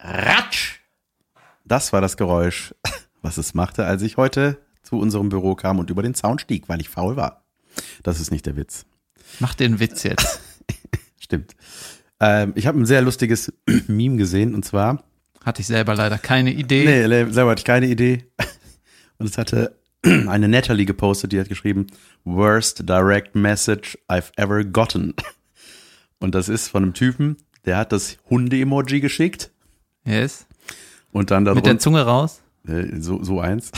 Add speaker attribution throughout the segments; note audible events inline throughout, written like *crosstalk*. Speaker 1: Ratsch! Das war das Geräusch, was es machte, als ich heute zu unserem Büro kam und über den Zaun stieg, weil ich faul war. Das ist nicht der Witz.
Speaker 2: Mach den Witz jetzt.
Speaker 1: Stimmt. Ähm, ich habe ein sehr lustiges *clears throat* Meme gesehen und zwar.
Speaker 2: Hatte ich selber leider keine Idee.
Speaker 1: Nee, le- selber hatte ich keine Idee. *clears throat* Und es hatte *clears throat* eine Natalie gepostet, die hat geschrieben: Worst direct message I've ever gotten. *laughs* Und das ist von einem Typen, der hat das Hunde-Emoji geschickt
Speaker 2: Yes.
Speaker 1: und dann
Speaker 2: Mit der
Speaker 1: darunter.
Speaker 2: Zunge raus.
Speaker 1: Äh, so, so eins.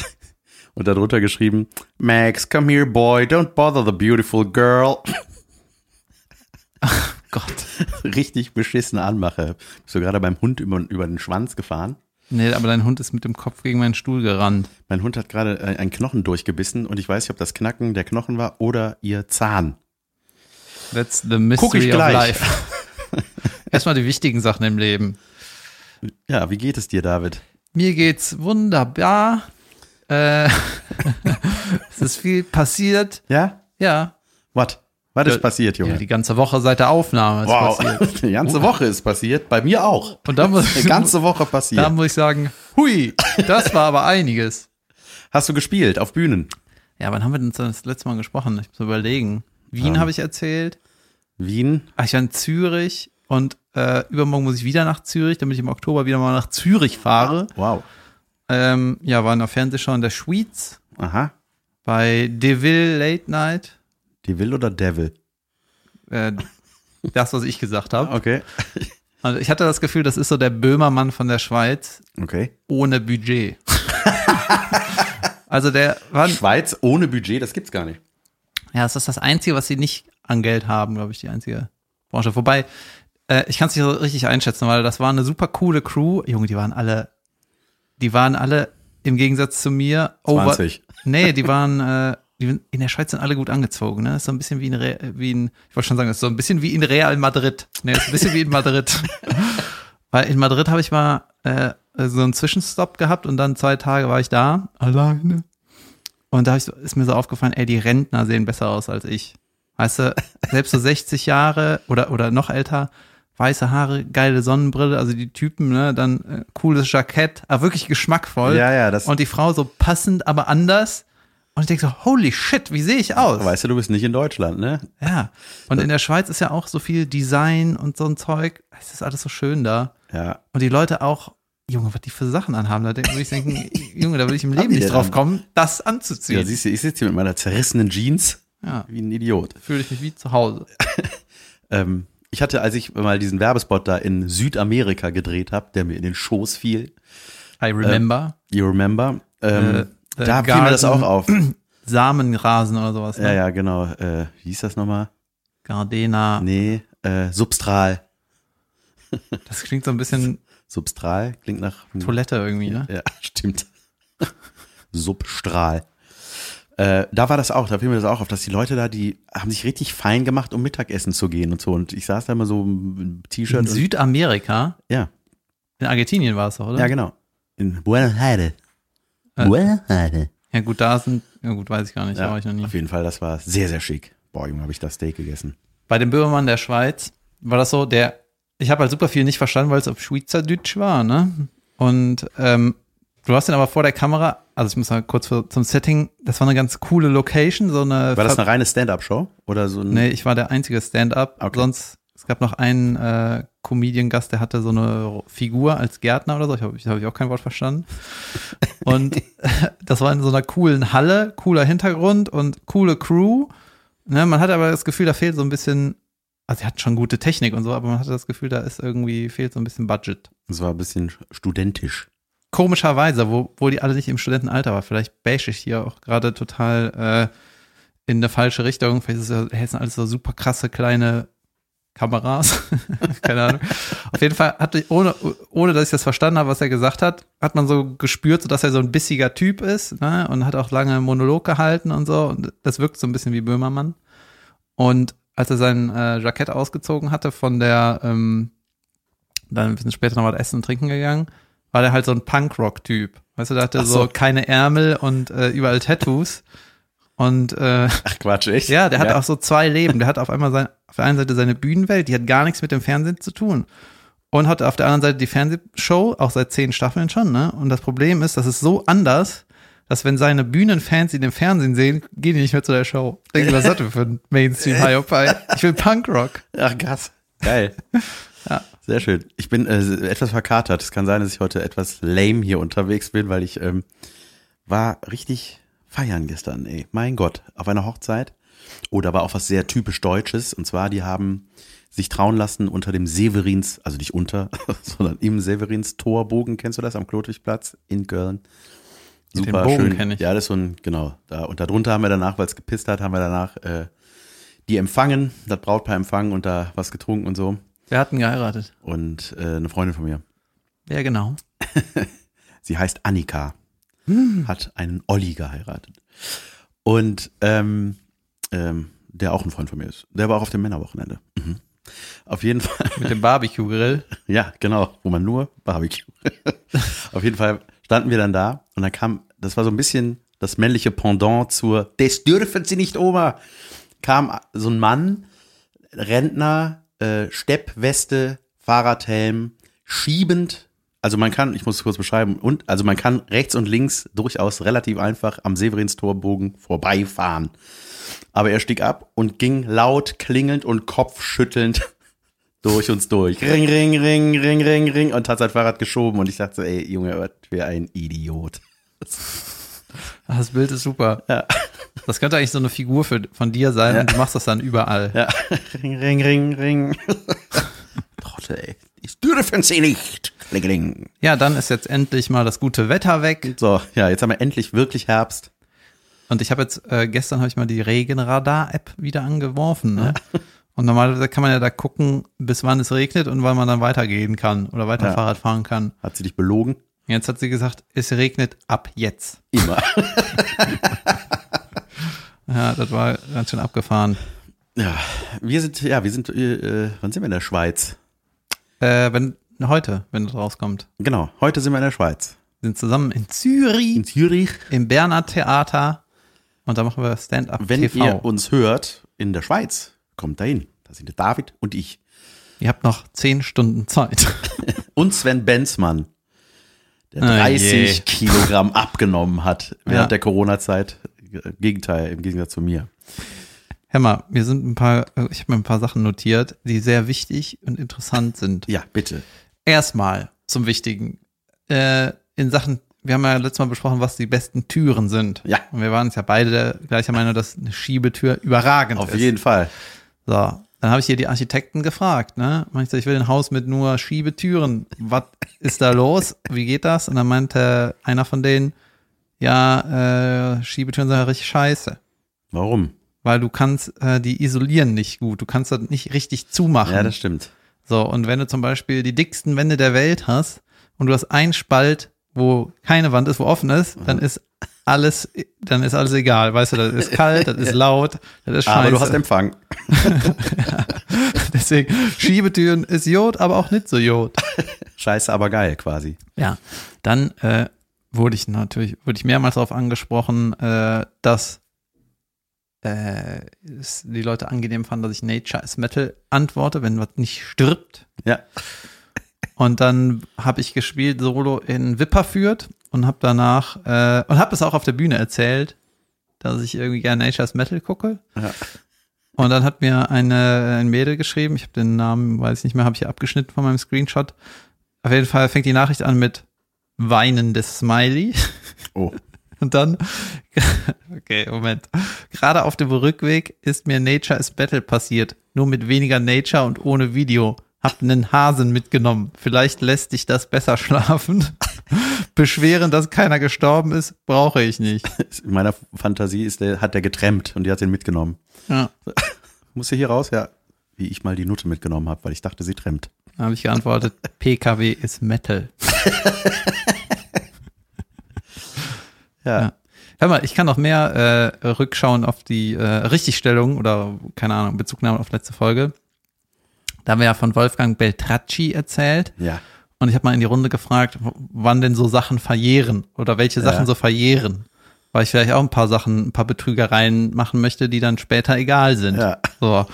Speaker 1: Und darunter geschrieben: Max, come here, boy, don't bother the beautiful girl. *laughs*
Speaker 2: Gott.
Speaker 1: Richtig beschissene Anmache. Bist du gerade beim Hund über, über den Schwanz gefahren?
Speaker 2: Nee, aber dein Hund ist mit dem Kopf gegen meinen Stuhl gerannt.
Speaker 1: Mein Hund hat gerade äh, einen Knochen durchgebissen und ich weiß nicht, ob das Knacken der Knochen war oder ihr Zahn.
Speaker 2: That's the mystery
Speaker 1: Guck ich
Speaker 2: of
Speaker 1: gleich.
Speaker 2: life.
Speaker 1: *laughs*
Speaker 2: Erstmal die wichtigen Sachen im Leben.
Speaker 1: Ja, wie geht es dir, David?
Speaker 2: Mir geht's wunderbar. Äh, *laughs* es ist viel passiert.
Speaker 1: Ja?
Speaker 2: Ja.
Speaker 1: What? Was
Speaker 2: Ja,
Speaker 1: ist passiert, Junge?
Speaker 2: ja. Die ganze Woche seit der Aufnahme ist
Speaker 1: wow. *laughs*
Speaker 2: passiert.
Speaker 1: Die ganze Woche ist passiert. Bei mir auch.
Speaker 2: Und
Speaker 1: *laughs*
Speaker 2: da muss,
Speaker 1: Eine
Speaker 2: *laughs*
Speaker 1: ganze Woche passiert.
Speaker 2: da muss ich sagen, hui, das war aber einiges.
Speaker 1: Hast du gespielt auf Bühnen?
Speaker 2: Ja, wann haben wir denn das letzte Mal gesprochen? Ich muss
Speaker 1: Ähm.
Speaker 2: überlegen. Wien habe ich erzählt.
Speaker 1: Wien?
Speaker 2: Ach, ich war in Zürich und äh, übermorgen muss ich wieder nach Zürich, damit ich im Oktober wieder mal nach Zürich fahre.
Speaker 1: Wow.
Speaker 2: Ähm, ja, war in der Fernsehschau in der Schweiz
Speaker 1: Aha.
Speaker 2: bei Deville Late Night.
Speaker 1: Die Will oder Devil?
Speaker 2: Äh, das, was ich gesagt
Speaker 1: *laughs*
Speaker 2: habe.
Speaker 1: Okay.
Speaker 2: Also ich hatte das Gefühl, das ist so der Böhmermann von der Schweiz
Speaker 1: Okay.
Speaker 2: ohne Budget. also der war,
Speaker 1: Schweiz ohne Budget, das gibt's gar nicht.
Speaker 2: Ja, das ist das Einzige, was sie nicht an Geld haben, glaube ich, die einzige Branche. Wobei, äh, ich kann es nicht so richtig einschätzen, weil das war eine super coole Crew. Junge, die waren alle, die waren alle im Gegensatz zu mir over.
Speaker 1: 20.
Speaker 2: Nee, die waren, äh, die, sind- in der Schweiz sind alle gut angezogen, ne? Ist so ein bisschen wie in, Re wie in ich wollte schon sagen, ist so ein bisschen wie in Real Madrid. Nee, ist ein bisschen wie in Madrid. Weil in Madrid habe ich mal äh, so einen Zwischenstopp gehabt und dann zwei Tage war ich da. Alleine. Und da hab ich so, ist mir so aufgefallen, ey, die Rentner sehen besser aus als ich. Weißt du, selbst so 60 Jahre oder, oder noch älter, weiße Haare, geile Sonnenbrille, also die Typen, ne, dann äh, cooles Jackett, aber wirklich geschmackvoll.
Speaker 1: Ja, ja, das-
Speaker 2: Und die Frau so passend, aber anders. Und ich denk so, holy shit, wie sehe ich aus?
Speaker 1: Weißt du, du bist nicht in Deutschland, ne?
Speaker 2: Ja. Und in der Schweiz ist ja auch so viel Design und so ein Zeug. Es ist alles so schön da.
Speaker 1: Ja.
Speaker 2: Und die Leute auch, Junge, was die für Sachen anhaben, da denk- würde ich
Speaker 1: *laughs*
Speaker 2: denken, Junge, da würde ich im Leben
Speaker 1: die
Speaker 2: nicht
Speaker 1: denn
Speaker 2: drauf
Speaker 1: an?
Speaker 2: kommen, das
Speaker 1: ja
Speaker 2: anzuziehen.
Speaker 1: siehst du, ich sitze hier mit meiner zerrissenen Jeans
Speaker 2: ja.
Speaker 1: wie ein Idiot.
Speaker 2: fühle ich mich wie zu Hause.
Speaker 1: Ähm, ich hatte, als ich mal diesen Werbespot da in Südamerika gedreht habe, der mir in den Schoß fiel,
Speaker 2: I remember.
Speaker 1: you remember, ähm,
Speaker 2: Äh, the
Speaker 1: da fiel mir das auch
Speaker 2: Garden- *clears throat*
Speaker 1: auf.
Speaker 2: Samenrasen oder sowas.
Speaker 1: ja,
Speaker 2: ne?
Speaker 1: ja, genau. Äh, wie hieß das nochmal?
Speaker 2: Gardena.
Speaker 1: Nee, äh, Substral.
Speaker 2: Das klingt so ein bisschen
Speaker 1: Substral klingt nach
Speaker 2: Toilette irgendwie, ne?
Speaker 1: Ja, stimmt. Substral. Äh, da war das auch, da fiel mir das auch auf, dass die Leute da, die haben sich richtig fein gemacht, um Mittagessen zu gehen und so. Und ich saß da immer so im T-Shirt.
Speaker 2: In
Speaker 1: und-
Speaker 2: Südamerika.
Speaker 1: Ja,
Speaker 2: In Argentinien war es doch, oder?
Speaker 1: ja, genau. In Buenos Aires.
Speaker 2: Äh,
Speaker 1: Buenos Aires.
Speaker 2: ja, gut, da sind. Ja, gut, weiß ich gar nicht. Da
Speaker 1: Ja,
Speaker 2: war ich noch nie.
Speaker 1: Auf jeden Fall, das war sehr, sehr schick. Boah, Junge, habe ich das Steak gegessen.
Speaker 2: Bei dem Böhmermann der Schweiz war das so, der. Ich habe halt super viel nicht verstanden, weil es auf Schweizerdeutsch war, ne? Und ähm, du hast ihn aber vor der Kamera, also ich muss mal kurz für, zum Setting, das war eine ganz coole Location, so eine
Speaker 1: War
Speaker 2: Ver-
Speaker 1: das eine reine Stand-Up-Show? Oder so ein.
Speaker 2: Nee, ich war der einzige Stand-up.
Speaker 1: Hm. Okay.
Speaker 2: Sonst, es gab noch einen äh, Comedian-Gast, der hatte so eine Ro- Figur als Gärtner oder so. Ich habe ich, hab ich auch kein Wort verstanden. Und *laughs* das war in so einer coolen Halle, cooler Hintergrund und coole Crew. Ne, man hatte aber das Gefühl, da fehlt so ein bisschen, also sie hat schon gute Technik und so, aber man hatte das Gefühl, da ist irgendwie, fehlt so ein bisschen Budget.
Speaker 1: Das war ein bisschen studentisch.
Speaker 2: Komischerweise, wo, wo die alle nicht im Studentenalter war. Vielleicht bash ich hier auch gerade total äh, in eine falsche Richtung. Vielleicht ist das, hey, das sind alles so super krasse kleine Kameras. *laughs* Keine Ahnung. Auf jeden Fall hatte ich, ohne, ohne dass ich das verstanden habe, was er gesagt hat, hat man so gespürt, so dass er so ein bissiger Typ ist ne? und hat auch lange einen Monolog gehalten und so. Und das wirkt so ein bisschen wie Böhmermann. Und als er sein äh, Jackett ausgezogen hatte von der, ähm, dann ein bisschen später noch was essen und trinken gegangen, war der halt so ein Punkrock-Typ. Weißt du, da hatte
Speaker 1: Ach
Speaker 2: so.
Speaker 1: so.
Speaker 2: keine Ärmel und äh, überall Tattoos. Und äh,
Speaker 1: Ach Quatsch, echt?
Speaker 2: ja, der hat auch so zwei Leben. Der hat auf einmal sein, auf der einen Seite seine Bühnenwelt, die hat gar nichts mit dem Fernsehen zu tun. Und hat auf der anderen Seite die Fernsehshow, auch seit zehn Staffeln schon, ne? Und das Problem ist, das ist so anders, dass wenn seine Bühnenfans ihn im Fernsehen sehen, gehen die nicht mehr zu der Show. Denken, was hat er für ein Mainstream High Up High? Ich will Punkrock.
Speaker 1: Ach, krass. Geil.
Speaker 2: Ja.
Speaker 1: Sehr schön. Ich bin äh, etwas verkatert. Es kann sein, dass ich heute etwas lame hier unterwegs bin, weil ich ähm, war richtig feiern gestern, ey. Mein Gott, auf einer Hochzeit. Oder war auch was sehr typisch Deutsches. Und zwar, die haben sich trauen lassen unter dem Severins, also nicht unter, *laughs* sondern im Severins Torbogen. Kennst du das? Am Klotwigplatz in Köln.
Speaker 2: Den
Speaker 1: Super
Speaker 2: Bogen
Speaker 1: schön.
Speaker 2: kenn ich.
Speaker 1: Ja, das ist so ein, genau. Da, und darunter haben wir danach, weil es gepisst hat, haben wir danach äh, die empfangen, das Brautpaar empfangen und da was getrunken und so.
Speaker 2: Wir hatten geheiratet.
Speaker 1: Und äh, eine Freundin von mir.
Speaker 2: Ja, genau.
Speaker 1: Sie heißt Annika. Hat einen Olli geheiratet. Und ähm, ähm, der auch ein Freund von mir ist. Der war auch auf dem Männerwochenende. Mhm. Auf jeden Fall,
Speaker 2: Mit dem Barbecue-Grill.
Speaker 1: ja, genau, wo man nur Barbecue. *laughs* auf jeden Fall standen wir dann da und dann kam, das war so ein bisschen das männliche Pendant zur Das dürfen Sie nicht, Oma. Kam so ein Mann, Rentner, äh, Steppweste, Fahrradhelm, schiebend. Also man kann, ich muss es kurz beschreiben, und also man kann rechts und links durchaus relativ einfach am Severinstorbogen vorbeifahren. Aber er stieg ab und ging laut klingelnd und kopfschüttelnd durch uns durch. Ring, ring, ring, ring, ring, ring und hat sein Fahrrad geschoben und ich dachte, so, ey, Junge, was für ein Idiot.
Speaker 2: Ah, Das Bild ist super.
Speaker 1: Ja.
Speaker 2: Das könnte eigentlich so eine Figur für, von dir sein
Speaker 1: Ja.
Speaker 2: und du machst das dann überall.
Speaker 1: Ja, ring, ring, ring, ring. Trottel, ey. Ich dürfen sie nicht. Ring, ring.
Speaker 2: Ja, dann ist jetzt endlich mal das gute Wetter weg.
Speaker 1: So, ja, jetzt haben wir endlich wirklich Herbst.
Speaker 2: Und ich habe jetzt, äh, gestern habe ich mal die Regenradar-App wieder angeworfen. Ne? Und normalerweise kann man ja da gucken, bis wann es regnet und wann man dann weitergehen kann oder weiter
Speaker 1: Ja.
Speaker 2: Fahrrad fahren kann.
Speaker 1: Hat sie dich belogen?
Speaker 2: Jetzt hat sie gesagt, es regnet ab jetzt.
Speaker 1: Immer.
Speaker 2: Ja, das war ganz schön abgefahren.
Speaker 1: ja, *laughs* wir sind, ja, wir sind, äh, äh, wann sind wir in der Schweiz?
Speaker 2: Äh, wenn heute, wenn das rauskommt,
Speaker 1: Genau, heute sind wir in der Schweiz.
Speaker 2: sind zusammen in Zürich,
Speaker 1: In Zürich.
Speaker 2: im Berner Theater und da machen wir Stand-up
Speaker 1: Wenn
Speaker 2: TV.
Speaker 1: ihr uns hört, in der Schweiz, kommt dahin. Da sind der David und ich.
Speaker 2: Ihr habt noch zehn Stunden Zeit. *laughs*
Speaker 1: Und Sven Benzmann, der
Speaker 2: Ah,
Speaker 1: 30
Speaker 2: je.
Speaker 1: Kilogramm abgenommen hat während
Speaker 2: Ja.
Speaker 1: der Corona-Zeit. Im Gegenteil, im Gegensatz zu mir.
Speaker 2: Hämmer, mir sind ein paar, äh, ich habe mir ein paar Sachen notiert, die sehr wichtig und interessant sind.
Speaker 1: Ja, bitte.
Speaker 2: Erstmal zum Wichtigen. Äh, in Sachen, wir haben ja letztes Mal besprochen, was die besten Türen sind.
Speaker 1: Ja.
Speaker 2: Und wir waren uns ja beide gleicher Meinung, dass eine Schiebetür überragend
Speaker 1: Auf
Speaker 2: ist.
Speaker 1: jeden Fall.
Speaker 2: So, dann habe ich hier die Architekten gefragt, ne? Meinte, ich so, ich will ein Haus mit nur Schiebetüren. Was ist da los? Wie geht das? Und dann meinte einer von denen, ja, äh, Schiebetüren sind ja richtig scheiße.
Speaker 1: Warum?
Speaker 2: Weil du kannst, äh, die isolieren nicht gut. Du kannst das nicht richtig zumachen.
Speaker 1: Ja, das stimmt.
Speaker 2: so, und wenn du zum Beispiel die dicksten Wände der Welt hast und du hast einen Spalt, wo keine Wand ist, wo offen ist,
Speaker 1: Mhm.
Speaker 2: dann ist alles, dann ist alles egal. Weißt du, das ist
Speaker 1: *laughs*
Speaker 2: kalt, das ist laut, das ist scheiße.
Speaker 1: Aber du hast Empfang.
Speaker 2: Deswegen Schiebetüren ist Jod, aber auch nicht so Jod.
Speaker 1: Scheiße, aber geil quasi.
Speaker 2: Ja, dann äh, wurde ich natürlich, wurde ich mehrmals darauf angesprochen, äh, dass äh, es die Leute angenehm fanden, dass ich Nature is Metal antworte, wenn was nicht stirbt.
Speaker 1: Ja.
Speaker 2: Und dann habe ich gespielt Solo in Wipperfürth und habe danach äh, und habe das auch auf der Bühne erzählt, dass ich irgendwie gerne Nature's Metal gucke.
Speaker 1: Ja.
Speaker 2: Und dann hat mir eine ein Mädel geschrieben, ich habe den Namen, weiß ich nicht mehr, habe ich hier abgeschnitten von meinem Screenshot. Auf jeden Fall fängt die Nachricht an mit weinendes Smiley. *laughs*
Speaker 1: Oh.
Speaker 2: Und dann, *laughs* okay, Moment. Gerade auf dem Rückweg ist mir Nature is Battle passiert. Nur mit weniger Nature und ohne Video. Hab einen Hasen mitgenommen. Vielleicht lässt dich das besser *laughs* schlafen. Beschweren, dass keiner gestorben ist, brauche ich nicht.
Speaker 1: *laughs*
Speaker 2: *laughs*
Speaker 1: In meiner Fantasie ist der, hat der getrennt und die hat den mitgenommen.
Speaker 2: Ja,
Speaker 1: Muss hier hier raus? Ja. Wie ich mal die Nutte mitgenommen habe, weil ich dachte, sie trennt.
Speaker 2: da habe ich geantwortet, PKW ist Metal.
Speaker 1: Ja.
Speaker 2: Ja. Hör mal, ich kann noch mehr äh, rückschauen auf die äh, Richtigstellung oder, keine Ahnung, Bezugnahme auf letzte Folge. Da haben wir ja von Wolfgang Beltracci erzählt.
Speaker 1: Ja.
Speaker 2: Und ich habe mal in die Runde gefragt, w- wann denn so Sachen verjähren oder welche
Speaker 1: Ja.
Speaker 2: Sachen so verjähren. Weil ich vielleicht auch ein paar Sachen, ein paar Betrügereien machen möchte, die dann später egal sind.
Speaker 1: Ja.
Speaker 2: So.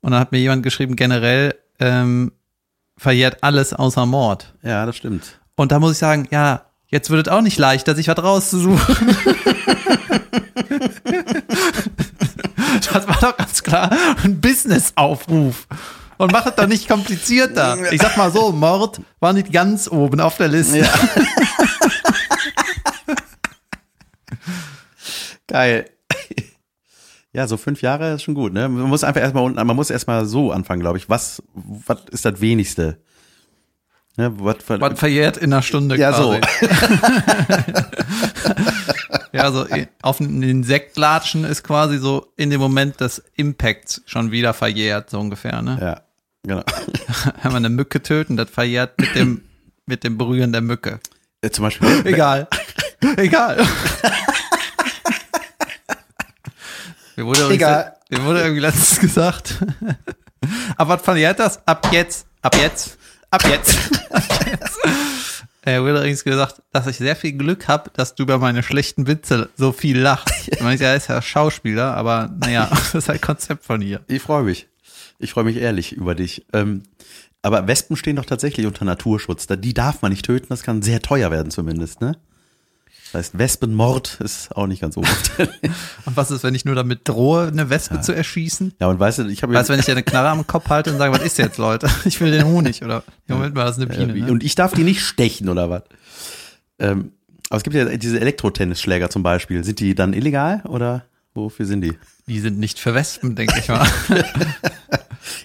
Speaker 2: Und dann hat mir jemand geschrieben, generell ähm, verjährt alles außer Mord.
Speaker 1: Ja, das stimmt.
Speaker 2: Und da muss ich sagen, ja, jetzt wird es auch nicht leichter, sich was rauszusuchen. das war doch ganz klar ein Businessaufruf. Und macht es doch nicht komplizierter. Ich sag mal so, Mord war nicht ganz oben auf der Liste.
Speaker 1: Geil. Ja, so fünf Jahre ist schon gut, ne? Man muss einfach erstmal unten, man muss erstmal so anfangen, glaube ich. Was, was ist das Wenigste? Ne, was, was,
Speaker 2: Man verjährt in einer Stunde.
Speaker 1: Ja,
Speaker 2: quasi. ja, so i- auf einen Insekt latschen ist quasi so in dem Moment des Impacts schon wieder verjährt, so ungefähr. Ne?
Speaker 1: *laughs* ja, genau.
Speaker 2: Wenn man eine Mücke töten, das verjährt mit dem, mit dem Berühren der Mücke.
Speaker 1: Äh, Zum
Speaker 2: *laughs*
Speaker 1: Beispiel.
Speaker 2: Egal. Egal. Mir wurde, übrigens-
Speaker 1: Egal.
Speaker 2: Mir wurde irgendwie letztens gesagt. *laughs* Aber was verjährt das? Ab jetzt, ab jetzt, ab jetzt. *laughs* ab jetzt. Äh, Mir wurde übrigens gesagt, dass ich sehr viel Glück habe, dass du über meine schlechten Witze so viel lachst. Ich meine, er ist ja Schauspieler, aber naja, *laughs* das ist halt Konzept von ihr.
Speaker 1: Ich freue mich. Ich freue mich ehrlich über dich. Ähm, aber Wespen stehen doch tatsächlich unter Naturschutz. Da- Die darf man nicht töten, das kann sehr teuer werden zumindest, ne? Das heißt, Wespenmord ist auch nicht ganz oben. auf der-
Speaker 2: Und was ist, wenn ich nur damit drohe, eine Wespe zu erschießen?
Speaker 1: ja, und weißt du, ich habe
Speaker 2: Weißt du, wenn ich dir eine Knarre am Kopf halte und sage, was ist jetzt, Leute? *laughs* Ich will den Honig oder Moment mal, das ist eine Biene.
Speaker 1: Wie-
Speaker 2: Ne?
Speaker 1: Und ich darf die nicht stechen oder was? Ähm, aber es gibt ja diese Elektrotennisschläger zum Beispiel. Sind die dann illegal oder wofür sind die?
Speaker 2: Die sind nicht für Wespen, denke
Speaker 1: *laughs*
Speaker 2: ich mal.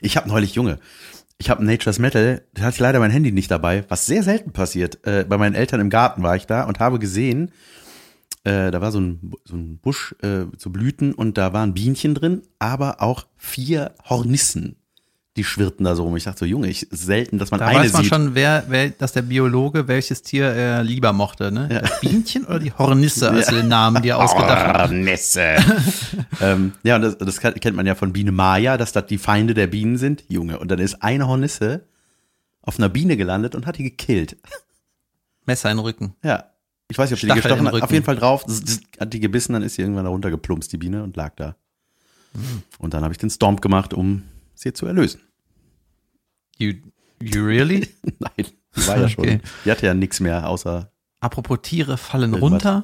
Speaker 1: Ich habe neulich Junge. Ich habe Nature's Metal, da hatte ich leider mein Handy nicht dabei, was sehr selten passiert. Äh, bei meinen Eltern im Garten war ich da und habe gesehen, äh, da war so ein, Bu- so ein Busch äh, zu Blüten und da waren Bienchen drin, aber auch vier Hornissen. Die schwirrten da so rum. Ich dachte so, Junge, ich, selten, dass man
Speaker 2: Da
Speaker 1: eine
Speaker 2: weiß man
Speaker 1: sieht.
Speaker 2: schon, wer, wer, dass der Biologe welches Tier er lieber mochte. Ne? Das Bienchen oder die Hornisse, also den
Speaker 1: *laughs*
Speaker 2: Namen,
Speaker 1: Oh.
Speaker 2: die er ausgedacht hat. *laughs*
Speaker 1: Hornisse. ähm, ja, und das, das kann- kennt man ja von Biene Maya, dass das die Feinde der Bienen sind. Junge, und dann ist eine Hornisse auf einer Biene gelandet und hat die gekillt.
Speaker 2: Messer in den Rücken.
Speaker 1: Ja. Ich weiß nicht, ob sie die
Speaker 2: Stachel im
Speaker 1: gestochen hat. Auf
Speaker 2: Rücken.
Speaker 1: jeden Fall drauf, zzz, zzz, hat die gebissen, dann ist sie irgendwann da runtergeplumpst, die Biene, und lag da.
Speaker 2: Mhm.
Speaker 1: Und dann habe ich den Stomp gemacht, um sie zu erlösen. *laughs*
Speaker 2: You, you really?
Speaker 1: Nein, die war ja schon.
Speaker 2: Okay.
Speaker 1: Die hatte ja nichts mehr, außer
Speaker 2: Apropos Tiere fallen
Speaker 1: Irgendwas.
Speaker 2: runter.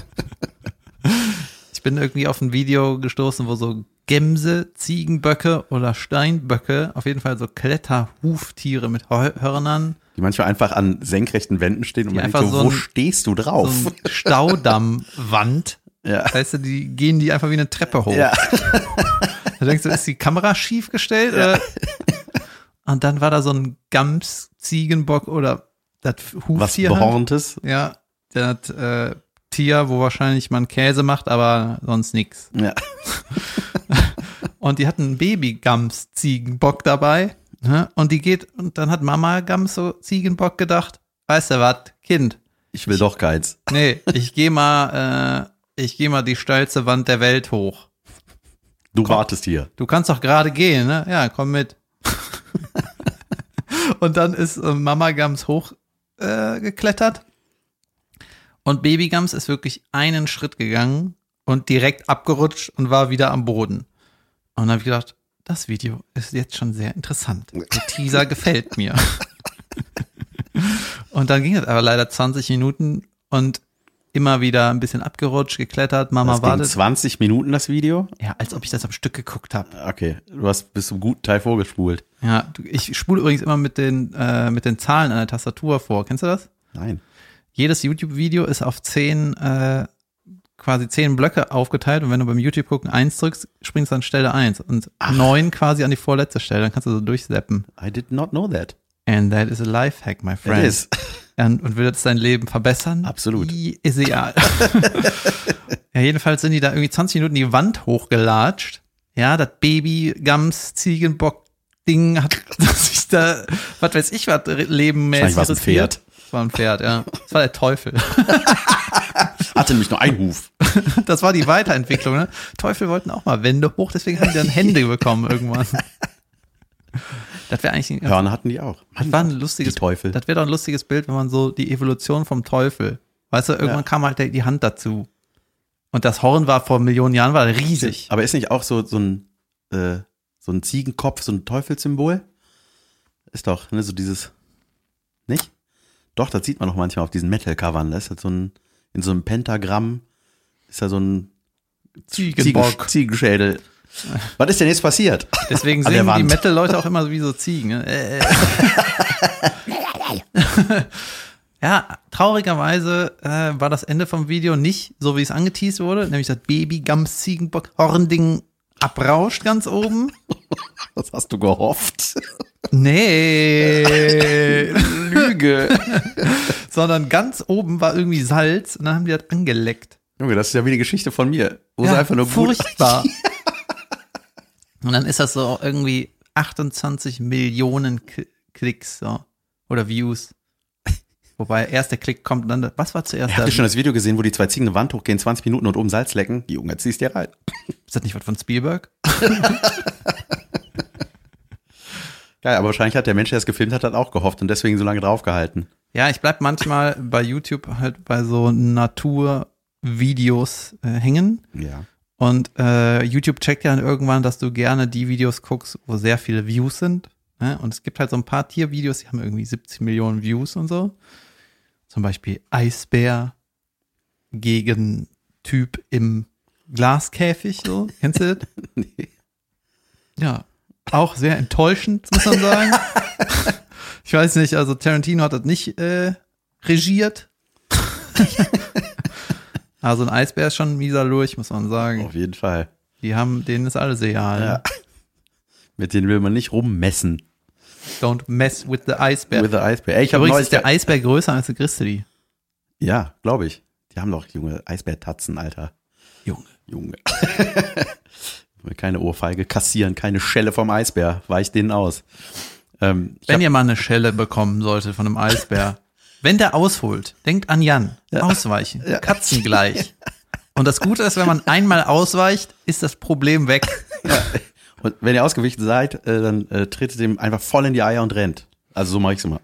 Speaker 2: *laughs* ich bin irgendwie auf ein Video gestoßen, wo so Gämse, Ziegenböcke oder Steinböcke, auf jeden Fall so Kletterhuftiere mit Hör- Hörnern,
Speaker 1: die manchmal einfach an senkrechten Wänden stehen und
Speaker 2: Die
Speaker 1: man denkt so,
Speaker 2: einfach so
Speaker 1: wo
Speaker 2: ein-
Speaker 1: stehst du
Speaker 2: so
Speaker 1: drauf?
Speaker 2: ein Staudammwand.
Speaker 1: *laughs* ja.
Speaker 2: Das heißt, die gehen die einfach wie eine Treppe hoch.
Speaker 1: ja.
Speaker 2: Da denkst du, ist die Kamera schief gestellt? Oder? Und dann war da so ein Gams, Ziegenbock oder das
Speaker 1: Was
Speaker 2: Huftier. halt.
Speaker 1: Behorntes.
Speaker 2: Ja, das äh, Tier, wo wahrscheinlich man Käse macht, aber sonst nix.
Speaker 1: Ja.
Speaker 2: Und die hatten einen Baby-Gams-Ziegenbock dabei. Ne? Und die geht, und dann hat Mama Gams so Ziegenbock gedacht, weißt du was, Kind,
Speaker 1: Ich will doch Geiz.
Speaker 2: nee, ich geh mal, äh, ich geh mal die steilste Wand der Welt hoch.
Speaker 1: Du wartest hier.
Speaker 2: Du kannst doch gerade gehen, ne? Ja,
Speaker 1: *laughs*
Speaker 2: komm mit. und dann ist äh, Mama Gams hoch äh, geklettert. Und Baby Gams ist wirklich einen Schritt gegangen und direkt abgerutscht und war wieder am Boden. Und dann habe ich gedacht, das Video ist jetzt schon sehr interessant.
Speaker 1: *laughs*
Speaker 2: Der Teaser gefällt mir. und dann ging das aber leider 20 Minuten und immer wieder ein bisschen abgerutscht, geklettert. Mama
Speaker 1: Das ging
Speaker 2: wartet.
Speaker 1: 20 Minuten das Video.
Speaker 2: Ja, als ob ich das am Stück geguckt habe.
Speaker 1: Okay, du hast bis zum guten Teil vorgespult.
Speaker 2: Ja, du- ich spule übrigens immer mit den, äh, mit den Zahlen an der Tastatur vor. Kennst du das?
Speaker 1: Nein.
Speaker 2: Jedes YouTube-Video ist auf zehn, äh, quasi zehn Blöcke aufgeteilt und wenn du beim YouTube gucken eins drückst, springst du an Stelle eins und neun quasi an die vorletzte Stelle. Dann kannst du so durchseppen.
Speaker 1: I did not know that.
Speaker 2: And that is a life hack, my friend.
Speaker 1: It is.
Speaker 2: Und, und will das dein Leben verbessern?
Speaker 1: Absolut.
Speaker 2: I- Ist egal. *laughs* ja, jedenfalls sind die da irgendwie 20 Minuten die Wand hochgelatscht. Ja, das Baby Gams Ziegenbock Ding hat *laughs* sich da, was weiß ich, was lebenmäßig
Speaker 1: Wahrscheinlich war's ein
Speaker 2: riskiert. Das war ein Pferd, ja. Das war der Teufel. *laughs*
Speaker 1: Hatte nämlich nur einen Huf.
Speaker 2: Das war die Weiterentwicklung, ne? Teufel wollten auch mal Wände hoch, deswegen haben die dann Hände bekommen
Speaker 1: *laughs*
Speaker 2: irgendwann. Das wäre eigentlich ein ganz
Speaker 1: Hörner hatten die auch.
Speaker 2: Das war ein lustiges
Speaker 1: Die Teufel.
Speaker 2: Das wäre doch ein lustiges Bild, wenn man so die Evolution vom Teufel. Weißt du, irgendwann
Speaker 1: Ja.
Speaker 2: kam halt der, die Hand dazu. Und das Horn war vor Millionen Jahren war riesig.
Speaker 1: Aber ist nicht auch so, so, ein, äh, so ein Ziegenkopf, so ein Teufelssymbol? Ist doch, ne, so dieses. Nicht? Doch, das sieht man doch manchmal auf diesen Metal-Covern. Da ist halt so ein, in so einem Pentagramm ist da so ein Ziegen-
Speaker 2: Ziegenbock. *laughs*
Speaker 1: Ziegenschädel. Was ist denn jetzt passiert?
Speaker 2: Deswegen
Speaker 1: An der
Speaker 2: singen die
Speaker 1: Wand.
Speaker 2: Metal-Leute auch immer so wie so Ziegen. Ne? Äh, *laughs* äh. ja, traurigerweise äh, war das Ende vom Video nicht so, wie es angeteased wurde, nämlich das Baby Gams Ziegenbock Hornding abrauscht ganz oben.
Speaker 1: Was hast du gehofft?
Speaker 2: *laughs* Nee,
Speaker 1: Lüge.
Speaker 2: sondern ganz oben war irgendwie Salz und dann haben die das angeleckt.
Speaker 1: *laughs* Junge, das ist ja wie die Geschichte von mir. Wo es einfach nur *laughs*
Speaker 2: furchtbar. Und dann ist das so irgendwie 28 Millionen K Klicks so. oder Views. *laughs* Wobei erst der Klick kommt und dann, was war zuerst?
Speaker 1: Habt
Speaker 2: da?
Speaker 1: ihr schon das Video gesehen, wo die zwei Ziegen eine Wand hochgehen, 20 Minuten und oben Salz lecken? Die Junge, ziehst dir rein.
Speaker 2: Ist das nicht was von Spielberg?
Speaker 1: Geil, aber wahrscheinlich hat der Mensch, der es gefilmt hat, dann auch gehofft und deswegen so lange draufgehalten.
Speaker 2: Ja, ich bleib manchmal bei YouTube halt bei so Naturvideos äh, hängen.
Speaker 1: Ja.
Speaker 2: Und äh, YouTube checkt ja dann irgendwann, dass du gerne die Videos guckst, wo sehr viele Views sind. Ne? Und es gibt halt so ein paar Tiervideos, die haben irgendwie 70 Millionen Views und so. Zum Beispiel Eisbär gegen Typ im Glaskäfig, so. Kennst du das?
Speaker 1: *laughs* Nee.
Speaker 2: Ja. Auch sehr enttäuschend, muss man sagen. ich weiß nicht, also Tarantino hat das nicht äh, regiert. also ein Eisbär ist schon ein mieser Lurch, muss man sagen.
Speaker 1: Auf jeden Fall.
Speaker 2: Die haben, denen ist alles egal.
Speaker 1: Ja. Mit denen will man nicht rummessen.
Speaker 2: Don't mess with the Eisberg.
Speaker 1: With the Eisbär. Ey, ich habe
Speaker 2: Übrigens
Speaker 1: neulich
Speaker 2: ist der Eisberg größer als der Christi.
Speaker 1: Ja, glaube ich. Die haben doch junge Eisbärtatzen, Alter.
Speaker 2: Junge.
Speaker 1: Junge. *laughs* keine Ohrfeige kassieren, keine Schelle vom Eisbär. Weich denen aus. Ähm, ich
Speaker 2: Wenn ihr mal eine Schelle bekommen solltet von einem Eisbär,
Speaker 1: *laughs*
Speaker 2: wenn der ausholt, denkt an Jan. Ausweichen.
Speaker 1: *laughs*
Speaker 2: Katzengleich. Und das Gute ist, wenn man einmal ausweicht, ist das Problem weg.
Speaker 1: hab, und wenn ihr ausgewichen seid, äh, dann äh, tretet dem einfach voll in die Eier und rennt. Also so mache ich's immer.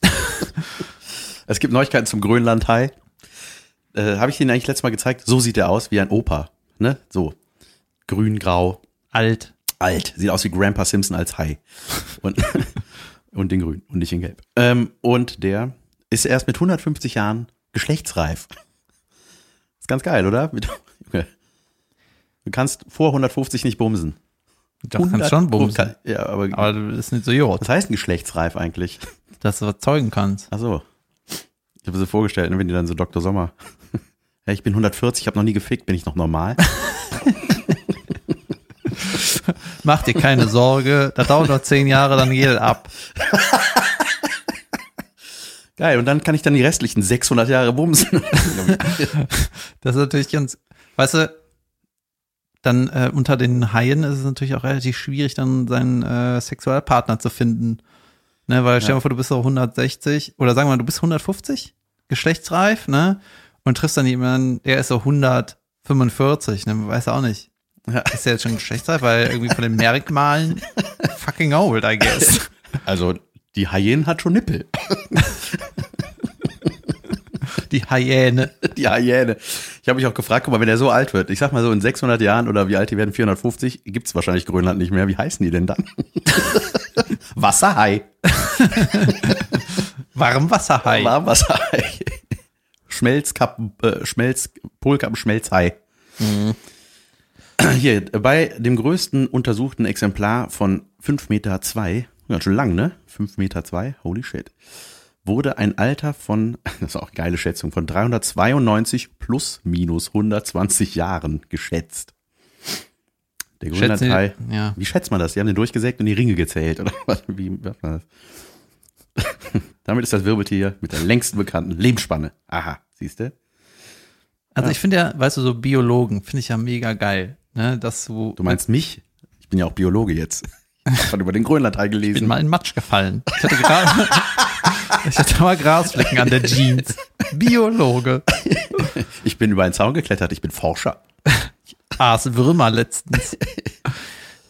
Speaker 1: *laughs* es gibt Neuigkeiten zum Grönlandhai. Äh, Habe ich Ihnen eigentlich letztes Mal gezeigt? So sieht er aus, wie ein Opa. Ne? So. Grün-grau.
Speaker 2: Alt.
Speaker 1: alt. Sieht aus wie Grandpa Simpson als Hai. Und, *laughs* und in grün und nicht in gelb. Ähm, und der ist erst mit 150 Jahren geschlechtsreif. Ist ganz geil, oder? *laughs* Mit, Junge. Du kannst vor 150 nicht bumsen.
Speaker 2: Das kannst schon bumsen.
Speaker 1: Ja, aber,
Speaker 2: Aber du bist nicht so jod,
Speaker 1: was heißt denn geschlechtsreif eigentlich?
Speaker 2: dass du was zeugen kannst.
Speaker 1: Ach so. Ich habe mir so vorgestellt, ne, wenn die dann so Dr. Sommer. *laughs* Hey, ich bin 140, habe noch nie gefickt, bin ich noch *laughs* normal?
Speaker 2: Mach dir keine Sorge. Das dauert noch zehn Jahre, dann geht es ab.
Speaker 1: Geil, und dann kann ich dann die restlichen 600 Jahre bumsen.
Speaker 2: Das ist natürlich ganz, weißt du, dann äh, unter den Haien ist es natürlich auch relativ schwierig, dann seinen äh, Sexualpartner zu finden. Ne, weil stell dir mal vor, du bist so 160 oder sagen wir mal, du bist 150, geschlechtsreif, ne? Und triffst dann jemanden, der ist so 145, ne? Weiß auch nicht.
Speaker 1: Ja.
Speaker 2: Ist der jetzt schon geschlechtsreif, weil irgendwie von den Merkmalen fucking old, I guess.
Speaker 1: *laughs* Also, die Hyänen hat schon Nippel.
Speaker 2: Die Hyäne.
Speaker 1: *laughs* Die Hyäne. Ich habe mich auch gefragt, guck mal, wenn er so alt wird, ich sag mal so in 600 Jahren oder wie alt die werden, 450, gibt's wahrscheinlich Grönland nicht mehr. Wie heißen die denn *laughs* dann? Wasserhai.
Speaker 2: Warmwasserhai.
Speaker 1: Warmwasserhai. Schmelzkappen, äh, Schmelz, Polkappen, Schmelzhai. Hier, bei dem größten untersuchten Exemplar von 5,2 Meter, ganz schön lang, ne? 5,2 Meter, holy shit, wurde ein Alter von, *laughs* das ist auch eine geile Schätzung, von 392 plus minus 120 Jahren geschätzt. Der
Speaker 2: Schätzen die-
Speaker 1: Grönlandhai.
Speaker 2: ja.
Speaker 1: Wie schätzt man das? Die haben den durchgesägt und die Ringe gezählt, oder? was? Wie macht man das? *laughs* Damit ist das Wirbeltier mit der längsten bekannten Lebensspanne. Aha, siehst du?
Speaker 2: Also ich finde ja, weißt du, so Biologen finde ich ja mega geil, ne, dass du,
Speaker 1: Du meinst mich? Ich bin ja auch Biologe jetzt. Ich habe über den Grönlandhai gelesen.
Speaker 2: bin mal in Matsch gefallen. Ich hatte gerade, *laughs* ich hatte mal Grasflecken an der Jeans. Biologe.
Speaker 1: Ich bin über einen Zaun geklettert, ich bin Forscher.
Speaker 2: Aß Würmer letztens.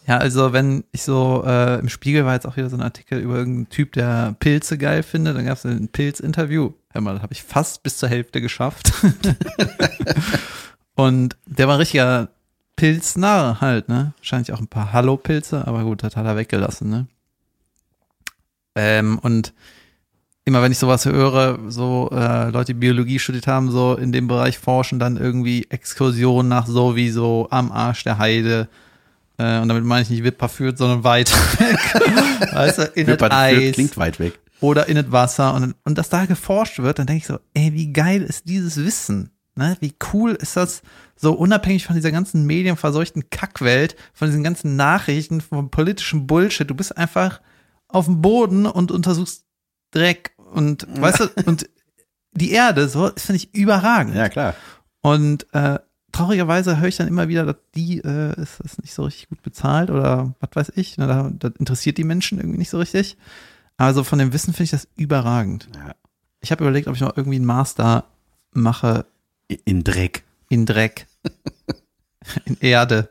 Speaker 2: Ja, also wenn ich so, äh, im Spiegel war jetzt auch wieder so ein Artikel über irgendeinen Typ, der Pilze geil findet, dann gab es ein Pilz-Interview. Hör mal, das habe ich fast bis zur Hälfte geschafft. Und der war ein richtiger Pilznarr halt, ne? Wahrscheinlich auch ein paar Hallo-Pilze, aber gut, das hat er weggelassen, ne? Ähm, und immer wenn ich sowas höre, so äh, Leute, die Biologie studiert haben, so in dem Bereich forschen, dann irgendwie Exkursionen nach sowieso am Arsch der Heide. Äh, und damit meine ich nicht Wipperfürth, sondern weit *laughs* weg. weißt du, in das
Speaker 1: Wipperfürth
Speaker 2: Eis
Speaker 1: klingt weit weg.
Speaker 2: oder in das Wasser und, und dass da geforscht wird, dann denke ich so, ey, wie geil ist dieses Wissen? Ne? Wie cool ist das, so unabhängig von dieser ganzen medienverseuchten Kackwelt, von diesen ganzen Nachrichten, vom politischen Bullshit, du bist einfach auf dem Boden und untersuchst Dreck und weißt du, und die Erde, so, das finde ich überragend.
Speaker 1: Ja, klar.
Speaker 2: Und äh, traurigerweise höre ich dann immer wieder, dass die äh, ist, ist nicht so richtig gut bezahlt oder was weiß ich. Ne, da, das interessiert die Menschen irgendwie nicht so richtig. Also von dem Wissen finde ich das überragend.
Speaker 1: Ja.
Speaker 2: Ich habe überlegt, ob ich noch irgendwie einen Master mache
Speaker 1: In Dreck. *laughs*
Speaker 2: in Dreck, in Erde.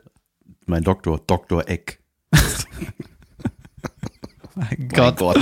Speaker 1: Mein Doktor, Doktor Eck.
Speaker 2: Oh Mein
Speaker 1: Mein
Speaker 2: Gott.
Speaker 1: Gott.